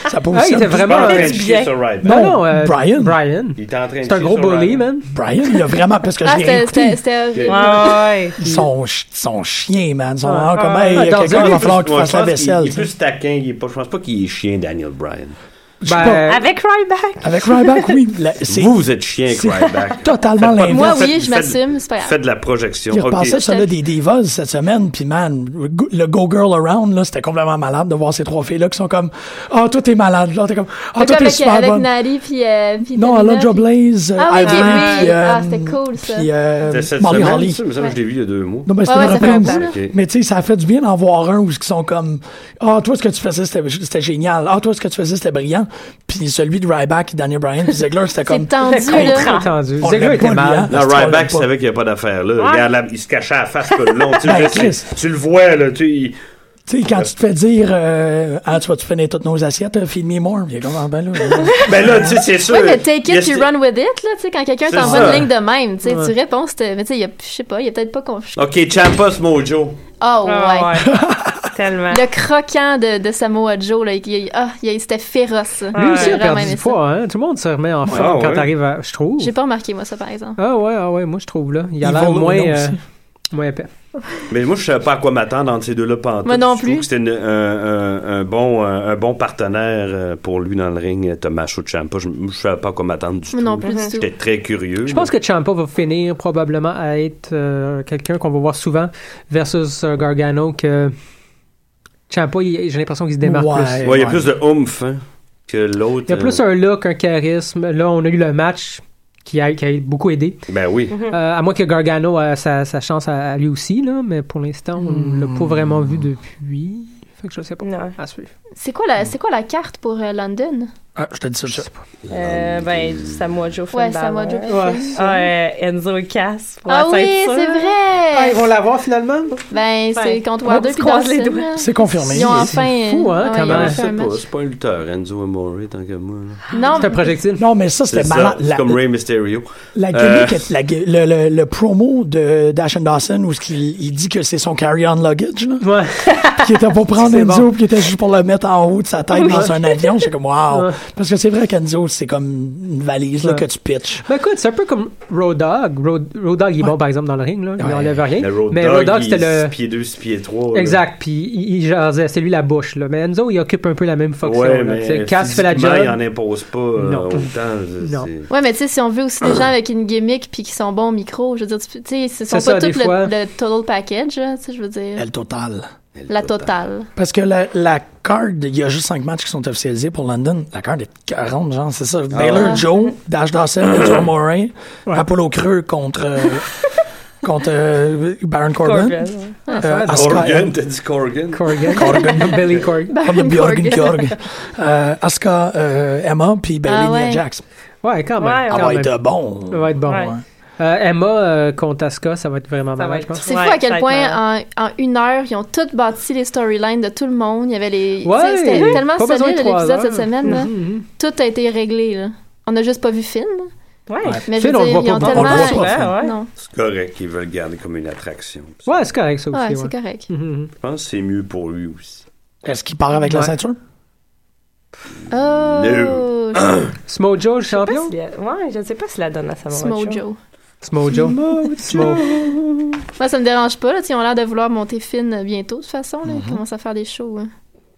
S2: ça pose
S3: Ah, il
S2: ça.
S3: était
S4: Je
S3: vraiment.
S4: parle en train
S3: euh,
S4: de chier sur Ryback.
S3: Non, non, euh,
S2: Brian.
S3: Brian.
S4: Il est en train de
S3: C'est un
S4: chier
S3: gros
S4: sur
S3: bully,
S4: Ryback.
S3: man.
S2: Brian, il a vraiment, parce que
S5: Ah,
S2: je l'ai
S5: c'était, c'était,
S2: écouté.
S5: c'était horrible.
S6: Ouais.
S2: Ils sont, ch- ils sont chiens, man. Ils sont vraiment
S6: Ah,
S2: comme,
S6: ah,
S2: hey, il y a
S3: dans
S2: quelqu'un,
S3: un-
S2: il
S4: Il est
S2: va
S4: plus-
S2: falloir que tu
S4: moi,
S2: fasses
S4: je
S2: la
S4: pense qu'il-
S2: vaisselle.
S4: Il est plus taquin, il est pas, je pense pas qu'il est chien, Daniel Bryan.
S3: Ben,
S6: Avec Ryback.
S2: Avec Ryback, oui. la- C'est
S4: Vous, vous êtes chien avec Ryback.
S2: totalement
S4: Faites pas-
S2: l'inverse.
S5: Moi,
S4: faites-
S5: oui, je
S4: faites-
S5: m'assume, c'est pas grave.
S4: Faites de la projection.
S2: J'ai
S4: Ok.
S2: repassé ça là des divas cette semaine, puis man, le go- le Go Girl Around, là, c'était complètement malade de voir ces trois filles-là qui sont comme Ah, toi t'es malade, là, t'es comme Ah,
S5: Fait quoi,
S2: toi t'es
S5: avec,
S2: super
S5: avec
S2: bonne.
S5: Nari puis, euh, puis
S2: Non,
S5: Tamina,
S2: Alondra
S5: puis-
S2: Blaze, euh,
S5: Ah oui,
S2: Ivory,
S5: oui,
S2: puis, euh,
S5: ah, c'était cool, ça.
S2: puis euh,
S4: C'était cette
S2: Molly
S4: semaine,
S2: Holly.
S4: ça, il me semble que je l'ai vu il y a deux mois.
S2: Non, mais c'était
S5: ouais,
S2: une
S5: ça fait
S2: reprise.
S5: longtemps, là.
S4: Ok.
S2: Mais tu sais, ça fait du bien d'en voir un où ils sont comme Ah, toi, ce que tu faisais, c'était c'était génial. Ah, toi, ce que tu faisais, c'était brillant. Puis celui de Ryback et Daniel Bryan, puis Ziggler, c'était
S5: C'est
S2: comme
S5: tendu,
S3: très
S5: là.
S3: entendu.
S2: On
S3: Ziggler
S2: l'aime
S3: était
S2: pas,
S3: mal.
S2: lui, hein.
S4: Non,
S2: Parce qu'on l'aime
S4: Ryback,
S2: pas.
S4: il savait qu'il n'y a pas d'affaire là. Regarde, la- il se cachait à la face tout le long. Tu, sais,
S2: Ben,
S4: je sais,
S2: Chris.
S4: tu le vois, là. Tu, sais, il-
S2: Tu sais, quand tu te fais dire euh, Ah, tu vas-tu finir toutes nos assiettes, euh, feed me more. Il est comme Ah, ben là.
S4: Ben là, tu sais, c'est sûr.
S5: Oui, mais take
S4: Il a-
S5: it puis run with it, là, tu sais, quand quelqu'un
S4: C'est
S5: t'envoie
S4: ça.
S5: une ligne de même, tu sais, tu réponds, c'était- mais tu sais, il y a- je sais pas, il y a peut-être pas qu'on...
S4: Ok, Champas Mojo.
S5: Oh, ouais.
S6: Ah, ouais. Tellement.
S5: Le croquant de, de Samoa Joe, là, qui- ah, il- c'était féroce. ça.
S3: Lui aussi
S5: J'ai
S3: a
S5: vraiment
S3: perdu
S5: aimé
S3: du
S5: ça.
S3: poids, hein. Tout le monde se remet en forme
S4: ouais.
S3: quand t'arrives à. Je trouve.
S5: J'ai pas remarqué, moi, ça, par exemple.
S3: Ah ouais, ah ouais, moi je trouve là. Il a
S2: Ils
S3: l'air
S2: vont au
S3: moins.
S2: nom
S3: euh,
S2: aussi.
S3: Moi, épais.
S4: Mais moi, je savais pas à quoi m'attendre entre ces deux-là pantoute.
S5: Moi non
S4: Je trouve
S5: plus.
S4: que c'était une- un, un- un bon, un, un bon partenaire euh, pour lui dans le ring, euh, Thomas Ciampa. Je ne savais pas à quoi m'attendre du
S5: Moi
S4: tout.
S5: non plus
S6: Mhm.
S5: du tout.
S4: J'étais très curieux.
S3: Je pense que Ciampa va finir probablement à être euh, quelqu'un qu'on va voir souvent versus euh, Gargano que Ciampa, il- j'ai l'impression qu'il se démarque
S2: Ouais.
S3: plus.
S4: Ouais, Il y a plus de oomph hein, que l'autre. euh,
S3: Il y a plus un look, un charisme. Là, on a eu le match qui a, qui a beaucoup aidé.
S4: euh, Ben oui.
S5: Mm-hmm.
S3: Euh, à moins que Gargano a sa, sa chance à, à lui aussi, là, mais pour l'instant, on
S5: Hmm.
S3: l'a pas vraiment vu depuis. Fait que je sais pas.
S6: Non.
S3: À suivre.
S5: C'est quoi, la- c'est quoi la carte pour euh, London?
S2: Ah, je te dis ça, je-
S6: Euh, ben, Samoa Joe
S5: Ouais,
S6: Finn
S5: Samoa
S6: Balor.
S5: Joe.
S6: Ah, euh, Enzo et Cass. pour Ah,
S5: Ah
S6: la
S5: oui,
S6: ceinture.
S5: c'est vrai!
S3: Ah, vont l'avoir finalement?
S5: Ben, c'est
S6: Ouais.
S5: contre
S6: On
S5: Wilder
S6: se
S5: puis
S6: croise les
S5: Dawson,
S6: doigts.
S5: là.
S2: C'est confirmé.
S5: Ils ont
S3: C'est
S5: enfin...
S3: fou, hein,
S5: euh,
S3: quand
S5: ouais, ils ont
S3: même.
S4: Je
S3: Je
S5: fait un
S4: sais pas,
S5: match.
S4: c'est pas un lutteur, Enzo Amore, tant que moi. là.
S5: Non,
S3: C'est un projectile.
S2: Non, mais ça,
S4: C'est
S2: c'était
S4: ça,
S2: malade.
S4: c'est
S2: La,
S4: comme Ray Mysterio.
S2: la
S4: Euh.
S2: gimmick, est- la gu- le, le- le promo de Dash and Dawson où ce qu'il- il, dit que c'est son carry-on luggage, là,
S3: Ouais.
S2: qui était pour prendre
S3: C'est bon.
S2: Enzo puis qui était juste pour le mettre en haut de sa tête dans un avion. C'est comme, wow.
S3: Ouais.
S2: Parce que c'est vrai qu'Enzo, c'est comme une valise là,
S3: Ouais.
S2: que tu pitches.
S3: Ben écoute, c'est un peu comme Road Dog. Road, Road Dog, il est bon par exemple dans le ring, là. il
S2: Ouais.
S3: enlève rien.
S4: Le Road
S3: mais
S4: Dog,
S3: Road Dog,
S4: il est
S3: c'était le.
S4: six pieds 2, 6 pieds 3.
S3: Exact, puis il, il jasait, c'est lui la bouche. Là. Mais Enzo, il occupe un peu la même fonction.
S4: Ouais,
S3: là.
S4: mais
S3: le casse fait la
S4: physiquement, Il
S3: job.
S4: en impose pas euh,
S3: Non.
S4: autant. c'est-
S3: Non.
S4: c'est-
S5: Ouais, mais tu sais, si on veut aussi des gens avec une gimmick puis qui sont bons au micro, je veux dire, tu peux- tu sais, ce sont
S3: Ah. C'est
S5: pas
S3: ça, des
S5: tous le,
S3: fois.
S5: le total package, là, tu sais, je veux dire,
S2: Elle totale.
S5: la totale.
S2: Parce que la, la card, il y a juste cinq matchs qui sont officialisés pour London. La card est 40, genre, c'est ça.
S3: Ah
S2: Baylor Joe, Dash Dawson, Joe Morin, Apollo Creux contre, euh, contre euh, Baron Corbin.
S6: Corbin.
S3: Ah,
S2: Euh,
S4: Corgan, t'as dit Corgan?
S3: Corgan. Billy Corgan.
S2: Comme
S5: Corgan.
S2: Björgen Kjörg. Euh, Asuka, euh, Emma, puis Bailey
S5: Ah ouais. Ah
S2: Nia Jax.
S3: Ouais, quand même.
S6: Ouais,
S2: Elle
S3: quand
S2: va
S3: même.
S2: être euh, bon.
S3: Ça va être bon.
S6: Ouais.
S2: ouais.
S3: Euh, Emma euh, contre Asuka, ça va être vraiment
S6: Ça va
S3: malade,
S6: être-
S3: je pense.
S5: C'est
S6: Ouais,
S5: fou à quel point,
S6: exactement.
S5: en, en une heure, ils ont toutes bâti les storylines de tout le monde. Il y avait les. tu sais,
S3: Ouais,
S5: C'était tellement
S3: pas besoin
S5: solide
S3: de trois
S5: l'épisode cette
S3: heures.
S5: semaine. là.
S3: Mhm.
S5: Tout a été réglé. Là. On n'a juste pas vu Finn. là.
S6: Ouais.
S5: Mais je
S3: Finn,
S5: veux
S3: on le
S5: dire,
S3: voit
S5: ils ont
S3: pas
S2: beaucoup.
S5: tellement.
S2: On le voit pas,
S6: Finn. Ouais.
S5: Non.
S4: C'est correct, ils veulent le garder comme une attraction.
S3: Ouais, c'est correct ça aussi.
S5: Ouais,
S3: Ouais,
S5: Ah, c'est correct.
S3: Mhm.
S4: Je pense que c'est mieux pour lui aussi.
S2: Est-ce qu'il part avec la
S3: Ouais.
S2: ceinture?
S5: Oh,
S3: Smojo, le
S6: Je sais pas
S3: champion?
S6: s'il y a- Ouais, je sais pas si la donne à Samoa Joe.
S5: Smojo.
S3: Smojo. Smo-
S5: Moi, ça me dérange pas. Là, tu sais, ils ont l'air de vouloir monter Finn bientôt, de toute façon. Là.
S3: Mm-hmm.
S5: Ils commencent à faire des shows. hein.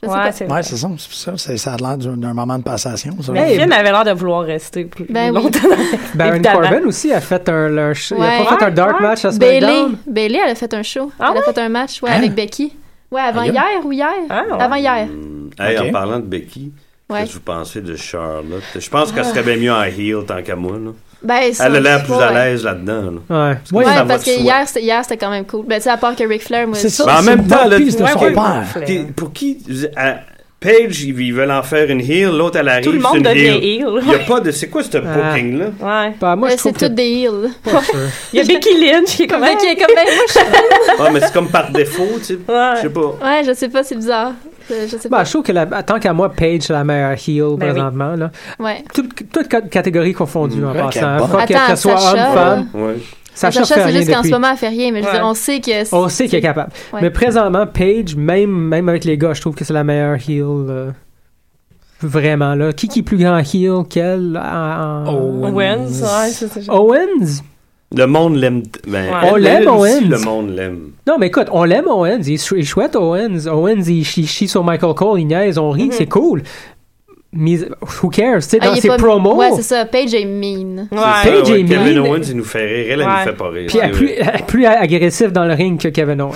S5: Je sais
S6: Ouais,
S5: pas.
S6: c'est
S2: Ouais,
S6: vrai.
S2: c'est ça. c'est ça. C'est- Ça a l'air d'un d'un moment de passation. ça.
S6: Mais Finn avait l'air de vouloir rester plus
S5: Ben oui.
S6: longtemps.
S3: Baron
S6: Évidemment.
S3: Corbin aussi a fait un, leur ch- il a
S5: Ouais.
S3: pas fait un dark
S6: Ouais.
S3: match à
S5: Bailey.
S3: SmackDown.
S5: Bailey, elle a fait un show.
S6: Ah
S5: elle a fait un match ouais,
S2: Hein?
S5: avec Becky. Ouais, avant
S2: Aïe.
S5: hier ou hier?
S6: Ah, ouais.
S5: Avant hier.
S4: Hum, hey,
S2: Ok.
S4: En parlant de Becky,
S5: Ouais.
S4: qu'est-ce que vous pensez de Charlotte? Je pense qu'elle serait bien mieux en heel tant qu'à moi. là.
S5: Ben, ça,
S4: Elle a l'air
S5: je
S4: plus
S5: sais pas,
S4: à
S5: ouais.
S4: l'aise là-dedans. là.
S3: Ouais.
S5: Ouais,
S4: Ça va
S5: parce
S4: de
S5: que
S4: soi.
S5: hier, c'était, hier, c'était quand même cool. Ben, tu sais, à part que Ric Flair, moi,
S2: C'est ça.
S4: Mais en
S2: c'est
S4: même
S2: le
S4: temps, là,
S2: mouthpiece de
S4: ouais,
S2: son
S4: ouais.
S6: Ah,
S2: père.
S4: Qui- pour qui? à- Paige, ils ils veulent en faire une heel, l'autre, elle arrive.
S6: Tout le
S4: c'est
S6: monde
S4: une
S6: devient
S4: heel.
S6: heel.
S4: Il n'y a pas de. C'est quoi ce
S3: Ah.
S4: booking-là?
S6: Ouais.
S3: Bah, moi,
S5: euh,
S3: je
S5: c'est
S3: trouve que...
S5: toutes des heels.
S3: pas sûr.
S6: Il y a Becky Lynch qui est comme.
S5: Ben, qui est comme, ben, moi,
S4: Ah, mais c'est comme par défaut, tu sais.
S6: Ouais.
S4: Je sais pas.
S5: je- ouais, je sais pas, c'est bizarre. Euh, Je sais
S3: Bah,
S5: pas.
S3: je trouve que, la, tant qu'à moi, Paige, c'est la meilleure heel
S6: Ben oui.
S3: présentement. Là.
S5: Ouais.
S3: Toutes toutes cat- catégories confondues en
S2: Ouais,
S3: passant.
S2: quelle bonne.
S3: Pas que-
S5: Attends,
S3: que ce soit
S5: Sacha, euh,
S3: homme, femme.
S4: Ouais.
S3: Sacha,
S5: Sacha,
S3: fait
S5: c'est
S3: rien
S5: juste qu'en
S3: depuis.
S5: ce moment, elle fait rien, mais je veux
S6: Ouais.
S5: dire, on sait que. c'est-
S3: On sait qu'elle est capable.
S5: Ouais.
S3: Mais présentement, Paige, même, même avec les gars, je trouve que c'est la meilleure heel. euh, vraiment, là. Qui, qui est plus grand heel qu'elle en-
S2: Oh.
S3: en-
S6: Owens, ouais, c'est ça.
S3: Oh, Owens?
S4: Le monde l'aime. t- ben,
S6: Ouais.
S3: On
S4: elle-
S3: l'aime,
S4: elle
S3: Owens.
S4: aussi, Le monde l'aime.
S3: Non, mais écoute, on l'aime, Owens. Il est chou- il est chouette, Owens. Owens, il chi- chie sur Michael Cole, il niaise, on rit, c'est cool. Mais who cares? Tu sais,
S5: Mm-hmm. Ah,
S3: dans
S5: il est
S3: ses
S5: pas-
S3: promos,
S5: Ouais, c'est ça. Paige est mean.
S4: C'est
S6: Ouais.
S4: ça,
S3: Paige est
S4: Ah
S3: mean.
S4: Kevin Owens, il nous fait rire. Elle,
S6: Ouais.
S4: elle nous fait pas rire.
S3: Puis elle est plus, elle est plus agressive dans le ring que Kevin Owens.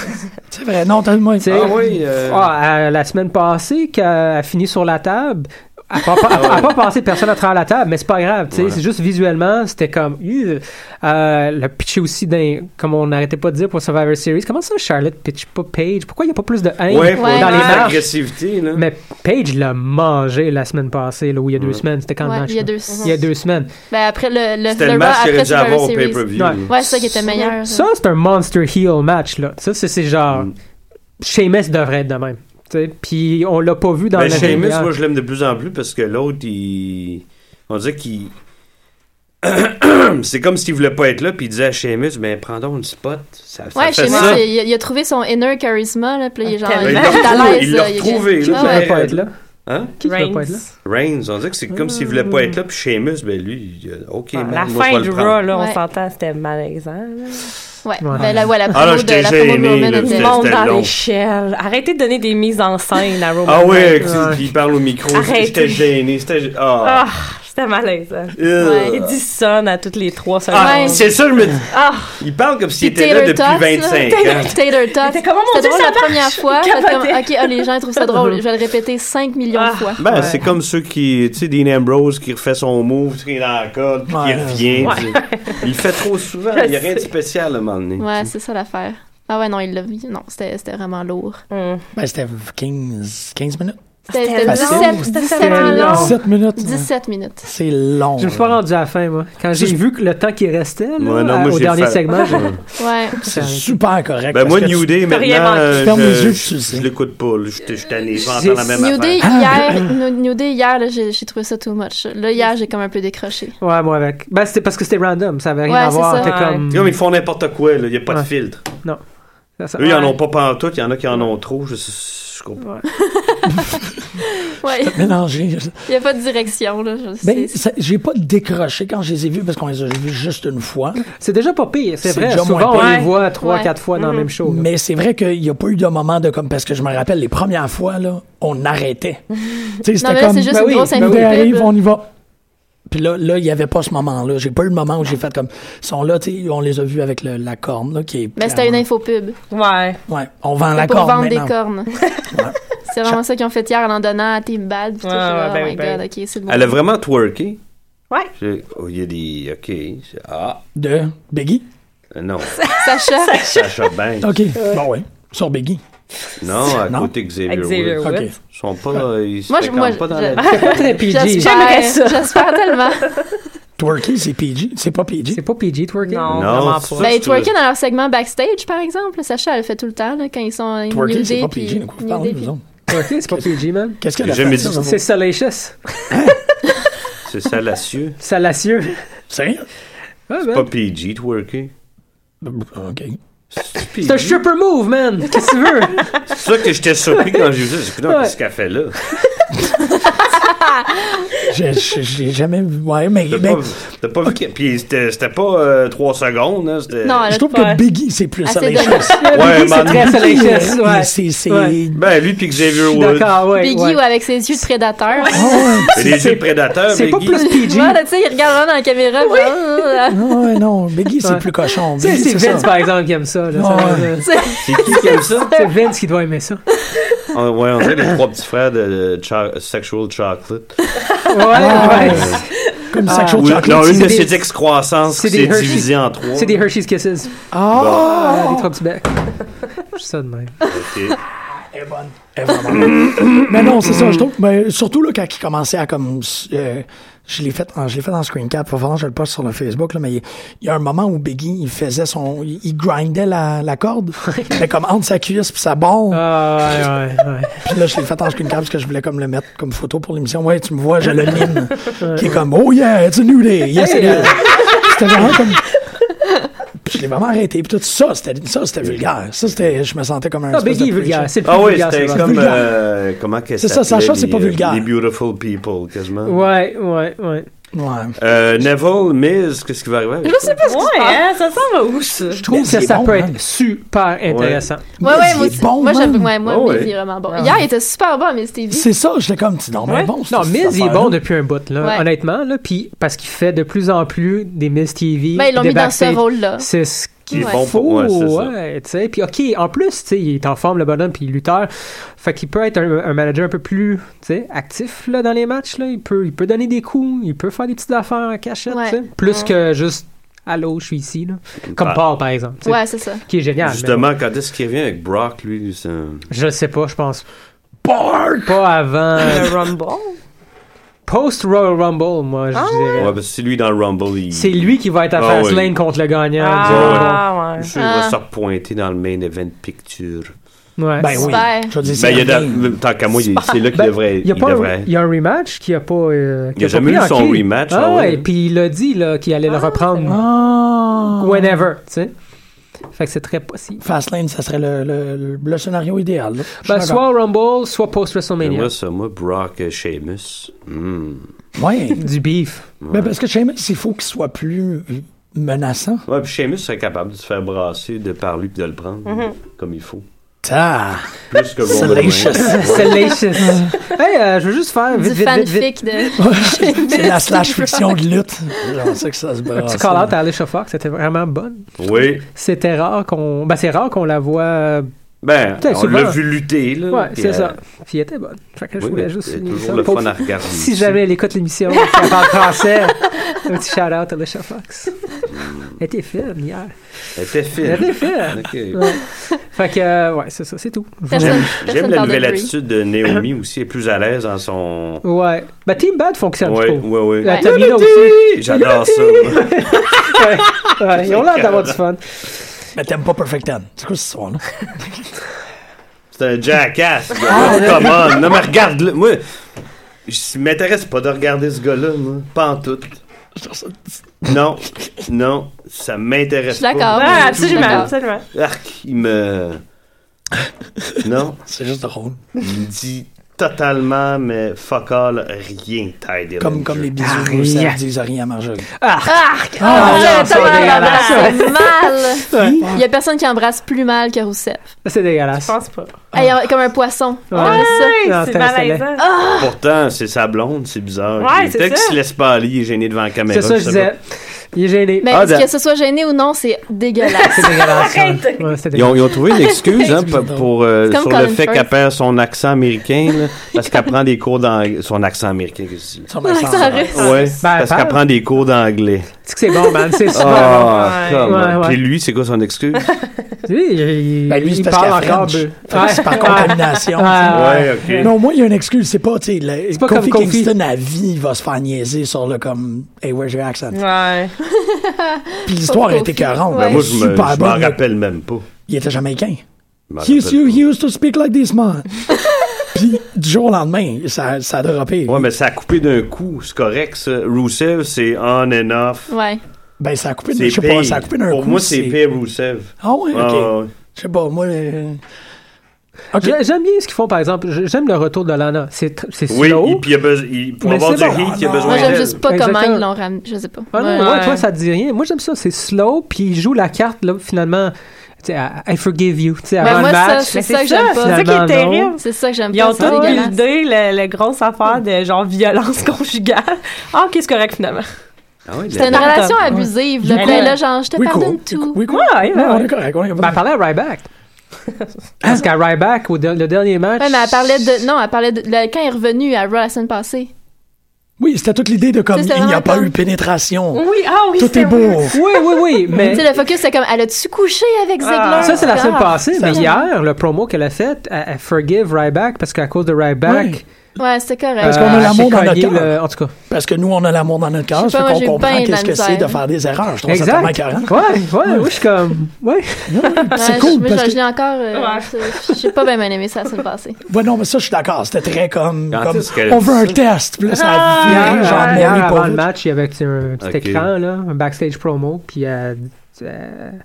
S2: C'est vrai, non, tellement.
S3: Tu sais,
S4: Ah oui, euh,
S3: ah, euh, la semaine passée, qu'elle a fini sur la table, elle n'a pas, elle a pas passé personne à travers la table, mais c'est pas grave. tu sais, C'est juste visuellement, c'était comme. Ugh. Euh, le pitcher aussi, d'un- comme on n'arrêtait pas de dire pour Survivor Series. Comment ça, Charlotte pitch pas Paige Pourquoi il n'y a pas plus de haine
S4: Ouais,
S3: dans
S4: pour
S3: les
S5: ouais.
S3: marches
S4: l'agressivité, là.
S3: Ah. Mais Paige l'a mangé la semaine passée, là, ou il y a deux semaines. C'était quand
S5: Ouais,
S3: le match
S5: il y a
S3: là?
S5: deux
S3: Il y a deux semaines.
S5: Ben, après le, le,
S4: C'était le
S5: le Raw,
S4: match qu'il aurait
S5: après
S4: dû avoir
S5: Survivor
S4: au
S5: Series.
S4: pay-per-view.
S3: Ouais.
S4: là.
S5: Ouais, c'est ça qui était meilleur.
S3: Ça, c'est un Monster Heel match, là. Ça, c'est c'est genre.
S4: Mm.
S3: Sheamus devrait être de même. tu sais. Puis on l'a pas vu dans
S4: Ben,
S3: la
S4: Sheamus,
S3: dernière.
S4: moi, je l'aime de plus en plus parce que l'autre, il. On dirait qu'il. C'est comme s'il voulait pas être là, puis il disait à Sheamus, mais prends donc le spot. Ça, ça
S5: Ouais,
S4: fait
S5: chez moi,
S4: ça.
S5: c'est- il, a- il a trouvé son inner charisma, là, puis là, il est genre,
S6: Tellement.
S5: il
S4: Il
S5: est
S4: l'a
S5: à
S4: retrouvé,
S5: l'aise,
S4: il l'a
S5: là, il est-
S4: retrouvé, là.
S5: Ah
S3: Qui
S5: ouais.
S3: veut pas être là?
S4: Hein?
S3: Qui veut pas être là?
S6: Reigns.
S4: Reigns, on dirait que c'est comme s'il voulait pas être là, puis Sheamus, ben lui, il a- ok,
S6: Ouais,
S4: man,
S6: la
S4: moi, je
S6: fin
S4: vais
S6: du
S4: le prendre.
S6: Raw, là, on
S5: Ouais.
S6: s'entend, c'était malaisant. là.
S5: Ouais. Ben, la, ouais, la
S4: Ah, là,
S5: promo de
S4: j'étais-
S5: la
S4: j'ai
S5: promo de
S4: aimé,
S5: Roman
S4: là,
S5: of
S4: c'était-
S5: Death.
S6: Monde
S4: c'était
S6: dans
S4: long.
S6: l'échelle. Arrêtez de donner des mises en scène à Roman.
S4: Ah ouais,
S6: Reigns.
S4: qui- qui parle au micro.
S6: Arrête.
S4: J'étais gêné. C'était.
S6: Ah,
S4: Ah.
S6: c'était malaisant.
S4: Ugh.
S6: Il dissonne à toutes les trois secondes.
S4: Euh. Ah,
S5: Ouais.
S4: c'est ça, je me dis.
S6: Ah.
S4: Il parle comme s'il
S5: Puis
S4: était là
S5: Taylor
S4: depuis
S5: Tots,
S4: 25
S5: là.
S4: ans.
S5: Taylor Tots.
S6: C'était comme, oh mon
S5: C'était
S6: Dieu,
S5: drôle
S6: ça
S5: la première fois.
S6: Il
S5: Fait comme,
S6: capotait.
S5: ok, ah, les gens ils trouvent ça drôle. Je vais le répéter 5 millions
S6: Ah.
S5: de fois.
S4: Ben,
S6: Ouais.
S4: c'est comme ceux qui. Tu sais, Dean Ambrose qui refait son move, tu sais, il est dans la corde, puis
S2: Ouais.
S4: qui revient. tu sais. Il le fait trop souvent,
S6: Je
S4: il n'y a rien de
S6: sais.
S4: spécial à un moment donné.
S5: Ouais, c'est ça l'affaire. Ah ouais, non, il l'a vu. Non, c'était c'était vraiment lourd.
S6: Hum.
S2: Ben, c'était 15, 15 minutes.
S5: C'était
S6: C'était
S5: c'était
S2: facile.
S5: 17,
S6: C'était
S5: 17
S6: tellement
S5: minutes.
S6: long.
S2: 7 minutes. ouais.
S5: 17 minutes.
S2: C'est long.
S3: Je me suis pas rendu à la fin, moi. Quand j'ai
S2: C'est-
S3: vu que le temps qui restait là,
S4: Ouais, non,
S3: à-
S4: moi,
S3: au
S4: j'ai
S3: dernier
S4: fait-
S3: segment, j'ai-
S5: Ouais.
S2: C'est
S3: j'ai-
S2: super correct.
S4: Ben,
S2: parce
S4: moi,
S2: que
S4: New
S2: tu-
S4: Day,
S6: rien
S4: maintenant,
S6: manqué.
S4: euh,
S2: Ferme les
S4: je,
S2: yeux,
S4: je,
S2: tu sais.
S4: je l'écoute pas. là. Je suis- je suis tanné, je vais entendre la même
S5: New Day,
S4: affaire.
S2: Ah,
S5: hier, New- New Day, hier, là, j'ai j'ai trouvé ça too much. Là, hier, j'ai comme un peu décroché.
S3: Ouais, moi avec. Ben, c'était parce que c'était random, ça avait rien
S5: Ouais,
S3: à
S5: c'est
S3: voir.
S5: ça.
S3: C'était
S6: Ouais.
S3: comme.
S4: Tu sais, comme ils font n'importe quoi, il n'y a pas
S3: Ouais.
S4: de filtre.
S3: Ça- ça-
S4: Eux, ils en
S6: Ouais.
S4: ont pas pantoute, il y en a qui en ont trop. Je, je comprends.
S2: ben,
S5: Ouais,
S2: Mélanger.
S5: il n'y a pas de direction, là. Je-
S2: Ben,
S5: c'est-
S2: ça- j'ai pas décroché quand je les ai vus parce qu'on les a vus juste une fois.
S3: C'est déjà pas pire, c'est
S2: C'est
S3: vrai.
S2: déjà moins
S3: Souvent, on
S6: pire.
S3: les voit trois,
S5: Ouais. Mm-hmm.
S3: quatre fois dans le même show. là.
S2: Mais c'est vrai qu'il n'y a pas eu de moment de comme. Parce que je me rappelle, les premières fois, là, on arrêtait. Tu sais,
S5: mais
S2: c'était
S5: là,
S2: comme.
S5: c'est juste
S2: ben
S5: une
S2: oui,
S5: grosse
S2: ben oui,
S5: invitée,
S2: arrive,
S5: là.
S2: on y va. Puis là, là, il n'y avait pas ce moment-là. J'ai pas eu le moment où j'ai fait comme. Ils sont là, tu sais, on les a vus avec le- la corne, là, qui est.
S5: Mais Ben, c'était une infopub.
S6: Ouais.
S2: Ouais, on vend la
S5: Pour
S2: corne.
S5: vendre
S2: maintenant.
S5: des cornes. C'est vraiment ça qu'ils ont fait hier en en donnant à Team Bad. puis tout,
S6: Ouais,
S5: je suis là,
S6: ouais, ben
S5: oh my
S6: oui, ben
S5: god, ok, c'est bon.
S4: Elle a vraiment twerké.
S6: Ouais.
S4: Je- oh, il y a des. OK. c'est- Ah,
S2: De Biggie?
S4: euh, non.
S5: Sacha,
S4: Sacha Banks.
S2: OK. Bon, ouais. Sur Biggie.
S4: Non, à
S2: Non.
S4: côté Xavier,
S6: Xavier
S4: Woods.
S6: Woods.
S2: OK.
S4: Ils sont pas. Ils se
S5: Moi, je-
S4: fréquentent
S5: moi,
S4: pas dans
S5: je-
S4: la
S3: C'est pas très PG.
S6: J'aimerais
S5: j'espère
S6: ça.
S5: j'espère tellement.
S2: Twerky, c'est PG. C'est pas PG.
S3: C'est pas PG, twerking.
S6: Non,
S4: Non,
S6: vraiment
S4: c'est
S6: pas.
S4: ça,
S5: Ben,
S4: c'est-
S5: ils twerkaient dans leur segment backstage, par exemple. Sacha, elle le fait tout le temps, là, quand ils sont euh, New
S2: Twerky, c'est
S5: Day.
S2: pas
S5: puis-
S2: PG. De quoi vous
S5: New
S2: parlez,
S5: Day,
S2: nous
S5: puis-
S2: autres?
S3: Twerking, c'est pas PG, man.
S2: Qu'est-ce qu'elle a
S4: J'ai jamais
S2: fait?
S4: dit
S2: ça,
S4: ça.
S2: vous-
S3: C'est salacious.
S4: C'est salacieux.
S3: Salacieux.
S2: Sérieux?
S3: Ouais,
S4: C'est pas
S3: man.
S4: PG, twerker.
S2: OK.
S4: C'est
S3: C'est un
S4: PG.
S3: stripper move, man. Qu'est-ce que tu veux?
S4: C'est ça que j'étais surpris quand j'ai vu ça. J'ai dit, Coudonc,
S3: Ouais.
S4: qu'est-ce qu'elle fait là?
S2: J'ai- J'ai j'ai jamais vu. Ouais, mais.
S4: T'as
S2: ben,
S4: pas, t'as pas vu. que- Puis c'était c'était pas euh, trois secondes. Hein, c'était-
S3: Ah,
S5: Non, elle
S2: je
S5: a-
S2: trouve
S6: Ouais.
S2: que Biggie, c'est plus
S5: Elle
S2: ça.
S5: s'est
S2: les
S5: donnée.
S2: choses.
S4: Ouais,
S3: Biggie, c'est
S4: man.
S3: très salacious. Ouais.
S2: C'est. c'est-
S3: Ouais.
S4: Ben, lui puis Xavier
S3: Je suis
S4: Woods.
S3: D'accord, ouais.
S5: Biggie,
S3: ouais.
S5: ouais, avec ses yeux de prédateur.
S2: Ah ouais,
S4: C'est des yeux prédateurs,
S3: C'est pas
S4: Biggie.
S3: plus PG.
S5: Voilà, tu sais, il regarde vraiment dans la caméra. puis, ah, ah, ah.
S2: non, ouais, non. Biggie, c'est
S3: Ouais.
S2: plus cochon.
S3: Tu sais,
S2: Biggie,
S3: c'est
S2: ça.
S3: Vince, par exemple, qui aime ça. là. Ça,
S2: Ouais.
S3: euh,
S4: C'est qui qui aime ça?
S3: C'est Vince qui doit aimer ça.
S4: Ah, ouais, on dirait les trois petits frères de, de Cho- Sexual Chocolate.
S3: Ouais,
S2: Ah,
S3: ouais.
S2: ouais. Comme
S3: Ah.
S2: Sexual
S4: Ou-
S2: Chocolate.
S4: non, une
S3: c'est
S4: de
S3: des-
S4: ses excroissances
S3: c'est
S4: qui
S3: des
S4: s'est
S3: Hershey-
S4: divisée en trois.
S3: C'est des Hershey's Kisses.
S2: Ah!
S3: Ah, les trois petits becs. Je suis ça de même.
S4: Ok.
S2: Eh, vraiment. Mais non, c'est ça, je trouve. Mais surtout là, quand il commençait à comme. euh, je l'ai fait, en- je l'ai fait en screen cap. Il va falloir que je le poste sur le Facebook, là, mais il il y a un moment où Biggie, il faisait son. Il il grindait la, la corde. mais comme entre sa cuisse puis sa barre.
S3: Ah, ouais, ouais, ouais.
S2: Puis là, je l'ai fait en screen cap parce que je voulais comme le mettre comme photo pour l'émission. Ouais, tu me vois, je le mime. qui est comme Oh yeah, it's a new day. Yes, it
S3: Hey, euh.
S2: is. C'était vraiment comme. Puis je l'ai vraiment arrêté. Puis tout ça, c'était ça, c'était vulgaire. Ça, c'était. Je me sentais comme un.
S3: Ah,
S2: espèce
S3: Biggie est
S2: de
S3: vulgaire. C'est le plus
S4: Ah oui,
S3: vulgaire,
S4: c'était
S3: c'est
S4: comme.
S3: vrai.
S2: vulgaire.
S4: euh, comment qu'elle
S2: C'est ça,
S4: s'appelait,
S2: Sacha, c'est
S4: les,
S2: pas
S4: euh,
S2: vulgaire.
S4: Les Beautiful People, quasiment.
S3: Ouais, ouais, ouais.
S2: Ouais.
S4: Euh, Neville, Miz, qu'est-ce qui va arriver avec
S5: Je
S4: ça?
S5: sais pas ce qui se
S6: Ouais,
S5: passe.
S6: hein, ça sent va où, ça?
S3: Je trouve
S2: Mais
S3: que
S2: c'est
S3: ça
S2: bon,
S3: peut
S2: hein.
S3: être super intéressant.
S5: Ouais,
S2: Mais
S5: ouais,
S2: il
S5: moi
S2: est
S5: aussi.
S2: bon,
S5: moi,
S2: man.
S5: j'aime- ouais, moi,
S3: Oh,
S4: Ouais,
S5: Miz,
S4: ouais.
S5: il est vraiment
S6: Ah.
S5: bon. Hier, il était super bon, mais c'était vite.
S2: C'est ça, j'étais comme, tu non, mais
S6: Ouais.
S2: bon, c'est
S3: Non, Miz, il est bon
S2: de
S3: depuis un bout, là,
S5: Ouais.
S3: honnêtement, là, puis parce qu'il fait de plus en plus des Miz TV.
S5: Ben, ils l'ont
S3: des
S5: mis dans ce
S3: backstage.
S5: rôle-là.
S3: C'est ce
S4: Il
S3: qu'il
S4: est
S5: Ouais.
S4: bon pour
S3: faut,
S4: moi, c'est ça.
S3: ouais, tu sais. Puis, OK, en plus, tu sais, il est en forme, le bonhomme, puis il est lutteur. Fait qu'il peut être un, un manager un peu plus, tu sais, actif, là, dans les matchs, là. Il peut, il peut donner des coups, il peut faire des petites affaires en cachette,
S5: Ouais.
S3: tu sais. Plus que juste, allô, je suis ici, là. Comme
S4: Ah.
S3: Paul, par exemple, tu sais,
S5: Ouais, c'est ça.
S3: qui est génial. mais
S4: Justement, quand est-ce qu'il revient avec Brock, lui c'est un-
S3: Je le sais pas, je pense. Pas avant.
S6: Le Rumble?
S3: Post Royal Rumble, moi, je dirais.
S4: Ouais, parce que c'est lui dans le Rumble. Il...
S3: C'est lui qui va être à
S4: Ah
S3: Fastlane
S4: oui.
S3: contre le gagnant.
S6: Ah,
S4: Je
S6: ouais.
S4: suis sûr qu'il va
S5: Ah.
S4: se repointer dans le main event picture.
S3: Du Rumble. Ouais.
S2: Ben oui.
S5: Super.
S2: Je veux dire,
S4: Ben,
S2: c'est
S4: il y a
S2: la game.
S4: dans- tant qu'à moi, il- c'est là qu'il
S3: Ben,
S4: devrait.
S3: Il y, a pas
S4: devrait
S3: un, il y a un rematch qui a pas. euh, qui
S4: Il a
S3: pas
S4: jamais
S3: pris
S4: eu
S3: en
S4: son
S3: clé.
S4: rematch,
S3: Ah,
S4: ah
S3: ouais,
S4: ouais.
S3: puis il a dit là, qu'il allait le reprendre
S2: Ah!
S3: whenever, tu sais. Fait que c'est très possible.
S2: Fastlane, ça serait le, le, le, le scénario idéal. là. Je suis
S3: Ben,
S2: d'accord.
S3: soit au Rumble, soit
S4: Mais
S3: post-WrestleMania.
S4: Moi, ça, moi, Brock et Sheamus. Hmm.
S2: Ouais.
S3: Du beef.
S2: Ben, parce que Sheamus, il faut qu'il soit plus. menaçant.
S4: Ouais, puis Sheamus serait capable de se faire brasser de par lui puis de le prendre
S6: Mhm.
S4: comme il faut.
S2: Ah!
S4: Plus que Roman Reigns.
S2: Salacious.
S3: Salacious. hey, euh, je veux juste faire
S5: Du
S3: vite, vite, vite, vite.
S5: fanfic de.
S2: C'est la slash fiction de lutte. On sait que ça se brasse.
S3: Petit call-out à Alicia Fox, c'était vraiment bonne.
S4: Oui.
S3: C'était rare qu'on... Ben, c'est rare qu'on la voit... euh,
S4: Ben,
S3: Putain,
S4: on
S3: c'est
S4: l'a
S3: bon.
S4: vu lutter, là.
S3: Ouais,
S4: puis,
S3: c'est
S4: euh,
S3: ça. Puis elle était bonne. Fait que je
S4: oui,
S3: voulais
S4: mais
S3: juste
S4: c'est
S3: souligner
S4: toujours
S3: ça.
S4: le
S3: Pour-
S4: fun à regarder.
S3: Si jamais elle écoute l'émission, elle parle français, un petit shout-out à Alicia Fox. Elle était fine hier.
S4: Mm. Elle était fine.
S3: Elle était fine.
S4: Ok.
S3: Ouais. Fait que, euh, ouais, c'est ça, c'est tout.
S5: Personne-
S4: J'aime
S5: personne
S4: la
S5: parle de
S4: nouvelle
S5: Brie.
S4: attitude de Naomi aussi. Elle est plus à l'aise dans son.
S3: Ouais. Ben, Team Bad fonctionne, je
S4: Ouais,
S3: trouve.
S4: ouais, ouais.
S3: La
S5: Ouais.
S3: Tamina aussi.
S4: J'adore ça.
S3: Ouais, ils ont l'air d'avoir du fun. hein.
S2: Mais t'aimes pas Perfect Ten. C'est quoi ce soir, là?
S4: C'est un jackass.
S3: Ah,
S4: gars. Come on. Non, mais regarde-le. Moi, je m'intéresse pas de regarder ce gars-là, moi. Pas en tout. Non, non, ça
S5: Je
S4: m'intéresse
S5: suis
S4: pas.
S5: d'accord.
S6: Ah,
S5: Je suis
S6: absolument,
S5: d'accord.
S6: absolument.
S4: Arc, il me. Non,
S2: C'est juste drôle.
S4: il me dit totalement, mais fuck all, rien, Ty
S2: Comme, comme les bisous
S3: Ah,
S2: de Rousseff
S3: rien.
S2: disent rien à Marjorie.
S5: Ah,
S3: non,
S5: c'est
S3: c'est
S5: mal,
S3: dégueulasse.
S5: c'est mal. Il y a personne qui embrasse plus mal que Rousseff.
S3: C'est
S6: Je
S3: dégueulasse.
S6: pense pas.
S5: Hey, comme un poisson. Regarde ça.
S6: Hey,
S3: Non,
S6: c'est
S3: t'as installé.
S6: malaisant.
S4: Pourtant, c'est sa blonde, c'est bizarre.
S6: Ouais,
S4: Il-
S6: c'est
S4: Peut-être
S6: ça.
S4: qu'il se laisse pas aller, il est gêné devant la caméra.
S3: C'est ça,
S4: je
S3: je
S4: sais
S3: disais.
S4: pas.
S3: Il est gêné.
S5: Mais
S4: Ah, de-
S5: que ce soit gêné ou non, c'est dégueulasse.
S3: C'est dégueulasse. ouais. Ouais, c'est
S4: Ils ont,
S3: dégueulasse.
S4: ils ont trouvé une excuse hein, pour, pour, euh,
S5: C'est comme
S4: sur le
S5: Colin
S4: fait
S5: Firth.
S4: qu'elle perd son accent américain, là, parce qu'elle prend des cours d'anglais. Son accent américain, qu'est-ce que je dis?
S2: Son
S5: accent russe.
S4: Ouais,
S2: Ben,
S4: parce
S3: parle.
S4: qu'elle prend des cours d'anglais.
S3: Tu que c'est bon, man. C'est super bon.
S4: Ah,
S6: ouais.
S4: come on.
S3: Ouais, ouais.
S4: Puis lui, c'est quoi son excuse?
S3: Lui, il,
S2: Ben, lui, c'est
S3: il
S2: parce
S3: parle
S2: qu'il a
S3: encore.
S2: French.
S3: bleu.
S2: Fait que C'est par contamination.
S3: Ouais, ouais.
S4: ouais, ok.
S2: Non, moi, il y a une excuse. C'est pas, tu sais, le-
S3: pas
S2: Kofi
S3: comme Kofi.
S2: Kingston à vie, il va se faire niaiser sur le comme, hey, where's your accent?
S6: Ouais.
S2: Puis l'histoire
S5: Kofi.
S2: est écœurante.
S5: Ben,
S4: Moi, je
S2: Super
S4: me- je m'en
S2: bonne, mais
S4: rappelle même pas.
S2: Il était jamaïcain.
S4: Je m'en
S2: He used,
S4: rappelle
S2: to,
S4: pas.
S2: he used to speak like this man. Puis du jour au lendemain, ça, ça a droppé.
S4: Ouais, mais ça a coupé d'un coup, c'est correct, ça. Rousseff, c'est on and off.
S5: Ouais.
S2: Ben, ça a coupé, je
S4: C'est
S2: sais
S4: pire.
S2: pas, ça a coupé d'un coup.
S4: Pour moi, c'est pire, Rousseff.
S2: Ah ouais,
S4: Ah,
S2: ok.
S4: ouais.
S2: Je sais pas, moi. euh, Ok.
S3: J'ai- J'aime bien ce qu'ils font, par exemple. J'ai- J'aime le retour de Lana. C'est tr- c'est
S4: Oui,
S3: slow.
S4: et puis il y a besoin- il- pour
S3: Mais
S4: avoir du
S3: c'est bon.
S4: heat, il y a
S2: Ah,
S4: besoin
S5: Moi,
S4: d'elle.
S5: j'aime juste pas comment
S3: Exactement.
S5: ils l'ont ramené. Je sais pas.
S3: Ah non,
S5: Ouais.
S3: ouais, toi, ça te dit rien. Moi, j'aime ça. C'est slow, puis il joue la carte, là, finalement. Tu sais, à- I forgive you. Tu sais,
S5: Ben,
S3: avant
S5: moi,
S3: le
S5: ça,
S3: match.
S5: C'est
S6: Mais
S5: ça que
S6: c'est
S5: j'aime
S6: ça,
S5: pas.
S6: c'est ça qui est
S3: Finalement, non.
S6: terrible.
S5: C'est ça que j'aime
S6: Ils
S5: pas.
S6: ont
S5: c'est
S6: tous
S5: dégueulasse.
S6: buildé le, le grosse affaire de genre violence conjugale. Ah, ok, c'est correct finalement.
S4: Ah ouais,
S5: C'était une
S6: Pardon.
S5: relation abusive. Là,
S6: Oui,
S5: Ben,
S6: cool.
S5: là, genre, je te
S2: Oui,
S5: pardonne
S2: cool.
S5: tout.
S2: Oui, cool.
S6: Ouais, ouais,
S2: Ouais, on
S6: ouais.
S2: est correct, on est
S3: Ben, elle
S2: correct.
S3: parlait à Ryback. Parce qu'à Ryback, au de- le dernier match.
S5: Ouais, mais elle parlait de. Non, elle parlait de. le- Quand elle est revenue à Raw la semaine passée.
S2: Oui, c'était toute l'idée de comme,
S5: Ça, c'est
S2: il n'y a
S5: vraiment
S2: pas
S5: comme-
S2: eu pénétration.
S6: Oui, ah oui,
S2: Tout
S6: c'est
S2: est beau.
S3: Oui, oui, oui.
S5: Tu
S3: Mais
S5: sais, le focus, c'est comme, elle a-tu couché avec Ziggler?
S3: Ça, c'est la semaine
S5: Ah.
S3: passée, mais
S5: ça-
S3: hier, le promo qu'elle a fait, elle, elle forgive Ryback parce qu'à cause de Ryback.
S2: Oui.
S5: Ouais, c'était correct.
S2: Parce qu'on a
S3: euh,
S2: l'amour
S3: s'est
S2: dans notre
S3: cogné
S2: cœur.
S3: le- En tout cas.
S2: Parce que nous, on a l'amour dans notre cœur,
S5: Je sais
S2: ça
S5: pas,
S2: fait
S5: moi, j'ai
S2: qu'on
S5: eu bien
S2: comprend
S5: de la
S2: qu'est-ce que
S5: misère.
S2: c'est de faire des erreurs. Je trouve ça tellement
S3: Exact.
S2: écœurant.
S3: Ouais, ouais, oui, je suis comme. Ouais.
S5: Ouais,
S2: c'est
S5: je-
S2: cool,
S5: mais
S2: parce
S5: je-
S2: que-
S5: Je l'ai encore. euh,
S6: Ouais.
S5: je- J'ai pas bien aimé ça la semaine passée.
S2: Ouais, non, mais ça, je suis d'accord. C'était très comme,
S4: Quand
S2: comme
S4: est-ce que-
S2: on veut un test. Puis là, ça a
S3: Hier,
S2: viré, genre,
S3: hier,
S2: Mary
S3: Ah, avant le
S2: Poppins.
S3: match, il y avait tu sais, un petit
S4: Ok.
S3: écran, là, un backstage promo, puis elle, elle-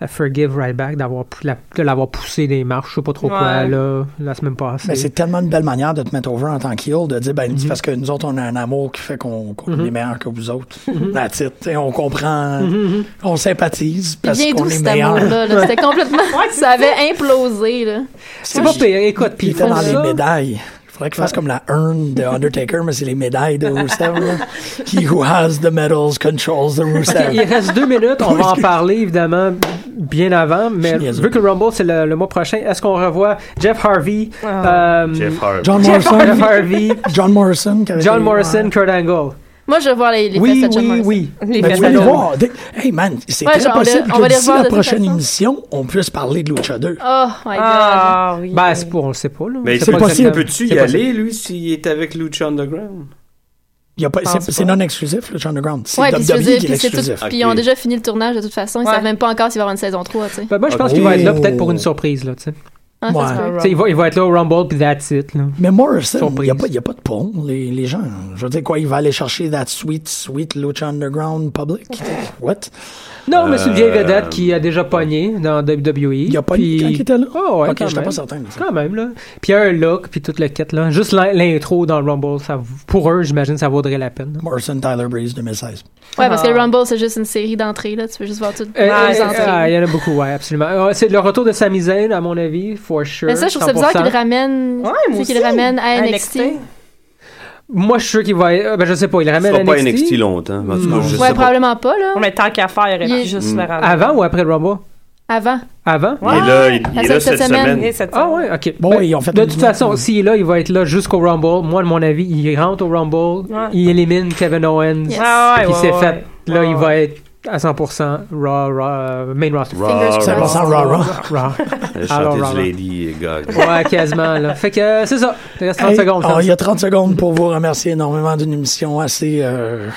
S3: elle forgive Ryback d'avoir pou- la- de l'avoir poussé des marches, je sais pas trop quoi,
S6: Ouais.
S3: là, la semaine passée.
S2: Mais Ben, c'est tellement une belle manière de te mettre over en tant qu'heel, de dire, ben,
S3: Mm-hmm.
S2: c'est parce que nous autres, on a un amour qui fait qu'on qu'on est meilleur que vous autres.
S3: Mm-hmm.
S2: La titre, on comprend, on sympathise
S5: Puis
S2: parce
S5: bien
S2: qu'on
S5: d'où
S2: est
S5: cet
S2: meilleur.
S5: amour-là? là. C'était complètement. ça avait implosé, là.
S3: C'est pas pire, écoute,
S2: Puis
S3: puis
S2: il
S3: ils
S2: était
S3: font
S2: dans les
S3: ça.
S2: médailles. Il faudrait qu'il fasse comme la urne de Undertaker, mais c'est les médailles de Rusev. là. He who has the medals controls the Rusev.
S3: Il reste deux minutes, on va en parler évidemment bien avant, mais
S2: Génial.
S3: vu que le Rumble c'est le, le mois prochain, est-ce qu'on revoit Jeff Harvey, euh,
S4: Jeff Harvey.
S2: John
S3: Jeff
S2: Ah. Morrison.
S3: Harvey,
S2: John Morrison. qui avait
S3: John
S2: été-
S3: Morrison, Kurt Angle.
S5: Moi, je veux voir les, les
S3: Oui,
S5: fesses de John
S3: oui,
S5: Morrison.
S3: oui.
S6: Les
S2: Mais
S6: fesses
S2: Ben, tu vas
S6: à
S2: les
S6: l'eau.
S2: voir. Dès- Hey man, c'est
S5: Ouais,
S2: très
S5: genre, on
S2: possible
S5: les- on
S2: que
S5: va les
S2: d'ici
S5: revoir
S2: la
S5: de toute
S2: prochaine
S5: façon.
S2: émission, on puisse parler de Lucha 2.
S5: Oh my god.
S6: Ah oui.
S3: Ben, c'est pour, on le sait pas, là.
S4: Mais
S3: C'est
S4: Ah, c'est
S3: pas
S4: possible.
S3: exactement.
S4: Peux-tu
S3: C'est
S4: y
S3: possible.
S4: aller, lui, s'il est avec Lucha Underground?
S2: Il y a pas-
S6: pense
S2: c'est- C'est non exclusif, Lucha Underground. C'est
S5: Ouais, puis je veux
S2: WWE
S5: dire,
S2: qui est
S5: puis c'est tout.
S2: l'exclusif.
S5: Puis ils ont déjà fini le tournage de toute façon. Ils
S6: Ouais.
S5: savent même pas encore s'il va y avoir une saison 3, tu sais.
S3: Ben, moi, je pense qu'il va
S2: Oh.
S3: être là peut-être pour une surprise, là, tu sais.
S5: Ah, ça se peut.
S3: Tu sais, il, va, il va être là au Rumble, puis that's it. Là.
S2: Mais Morrison, il
S3: Surprise.
S2: n'y a, pas- y a pas de pont. Les, les gens, je veux dire quoi, il va aller chercher that sweet, sweet Lucha Underground public. What?
S3: Non, mais c'est une vieille
S4: Euh,
S3: vedette qui a déjà pogné dans WWE.
S2: Il y a pas
S3: puis-
S2: une- quand il était là?
S3: Ah ouais,
S2: Ok,
S3: quand
S2: j'étais
S3: même.
S2: pas certain de ça.
S3: Quand même, là. Puis il y a un look, puis toute la quête, là. Juste l'in- l'intro dans le Rumble, ça, pour eux, j'imagine, ça vaudrait la peine. là.
S2: Morrison Tyler Breeze 2016.
S5: Ouais, parce que le Rumble, c'est juste une série d'entrées, là. Tu peux juste voir toutes
S3: Euh,
S5: les
S3: euh,
S5: entrées.
S3: ah, il y en a beaucoup, ouais, absolument. Euh, C'est le retour de Sami Zayn, à mon avis, for sure.
S5: Mais ça, je trouve ça bizarre
S3: 100%.
S5: qu'il le ramène.
S6: Ouais,
S5: tu sais,
S6: moi aussi.
S5: qu'il le ramène à NXT.
S3: Moi, je suis sûr qu'il va. euh, Ben, je sais pas, il
S4: Ce
S3: ramène
S4: sera
S3: NXT.
S4: pas NXT longtemps. En tout cas, je
S5: Ouais,
S4: sais pas.
S5: probablement pas, là.
S6: Ouais, Mais tant qu'à faire, il
S5: Il
S6: aurait
S5: est-
S6: pu juste le rendre.
S3: Avant ou Ah, après le Rumble
S5: Avant.
S3: Avant
S4: Il est là, il, il
S5: Ah,
S4: est là
S5: cette
S4: cette
S5: semaine.
S4: semaine.
S6: Et cette
S3: Ah
S6: semaine.
S3: ouais, ok.
S2: Bon,
S3: Ben,
S2: ouais, ils ont fait
S3: de
S2: une
S3: toute
S2: note,
S3: façon,
S2: hein.
S3: s'il est là, il va être là jusqu'au Rumble. Moi, de mon avis, il rentre au Rumble,
S6: Ouais.
S3: il élimine Kevin Owens,
S5: Yes.
S6: Ah ouais,
S3: puis
S6: ouais,
S3: c'est
S6: ouais,
S3: fait.
S6: ouais.
S3: Là,
S6: Ouais,
S3: il
S6: ouais.
S3: va être à 100% raw, raw, euh, main roster.
S4: Raw,
S5: Fingers
S4: Raw,
S5: crossed.
S2: Ça passe en raw, raw.
S3: Raw.
S4: Elle
S3: Alors,
S4: chantait
S3: Raw,
S4: euh, du Lady euh, Gaga.
S3: ouais, quasiment. Là. Fait que euh, c'est ça. Il reste 30
S2: Hey,
S3: secondes.
S2: ah,
S3: Sam.
S2: Il y a 30 secondes pour vous remercier énormément d'une émission assez euh,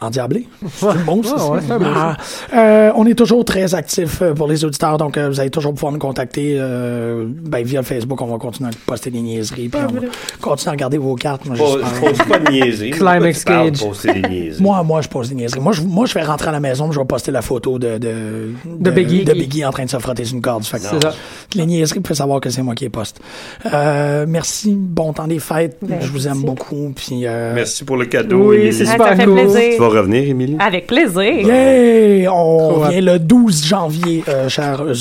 S2: endiablée. C'est bon, ça.
S3: Ouais, ouais, c'est un beau,
S2: Ah, euh, on est toujours très actifs euh, pour les auditeurs, donc euh, vous allez toujours pouvoir nous contacter euh, ben, via le Facebook. On va continuer à poster des niaiseries, puis on va continuer à regarder vos cartes. Moi,
S4: Faut
S2: j'espère.
S4: faut pas niaiser.
S3: Climax
S4: Pourquoi tu parles
S3: Cage.
S4: pour ces niaiseries?
S2: Moi, moi, je pose des niaiseries. Moi, je, moi, je vais rentrer à la maison, puis je vais poster la photo de, de,
S3: De Biggie.
S2: en train de se frotter sur une corde. Fait que
S3: C'est ça.
S2: Les niaiseries peuvent savoir que c'est moi qui les poste. Euh, merci. Bon temps des fêtes. Je vous aime beaucoup. Puis, euh,
S4: Merci pour le cadeau.
S3: Oui,
S4: Émilie.
S3: c'est
S6: Ah,
S3: super
S6: ça fait
S3: cool.
S4: Tu
S6: plaisir.
S4: vas revenir, Émilie?
S6: Avec plaisir.
S2: Yay! On
S3: Trop
S2: revient le 12 janvier, euh, chers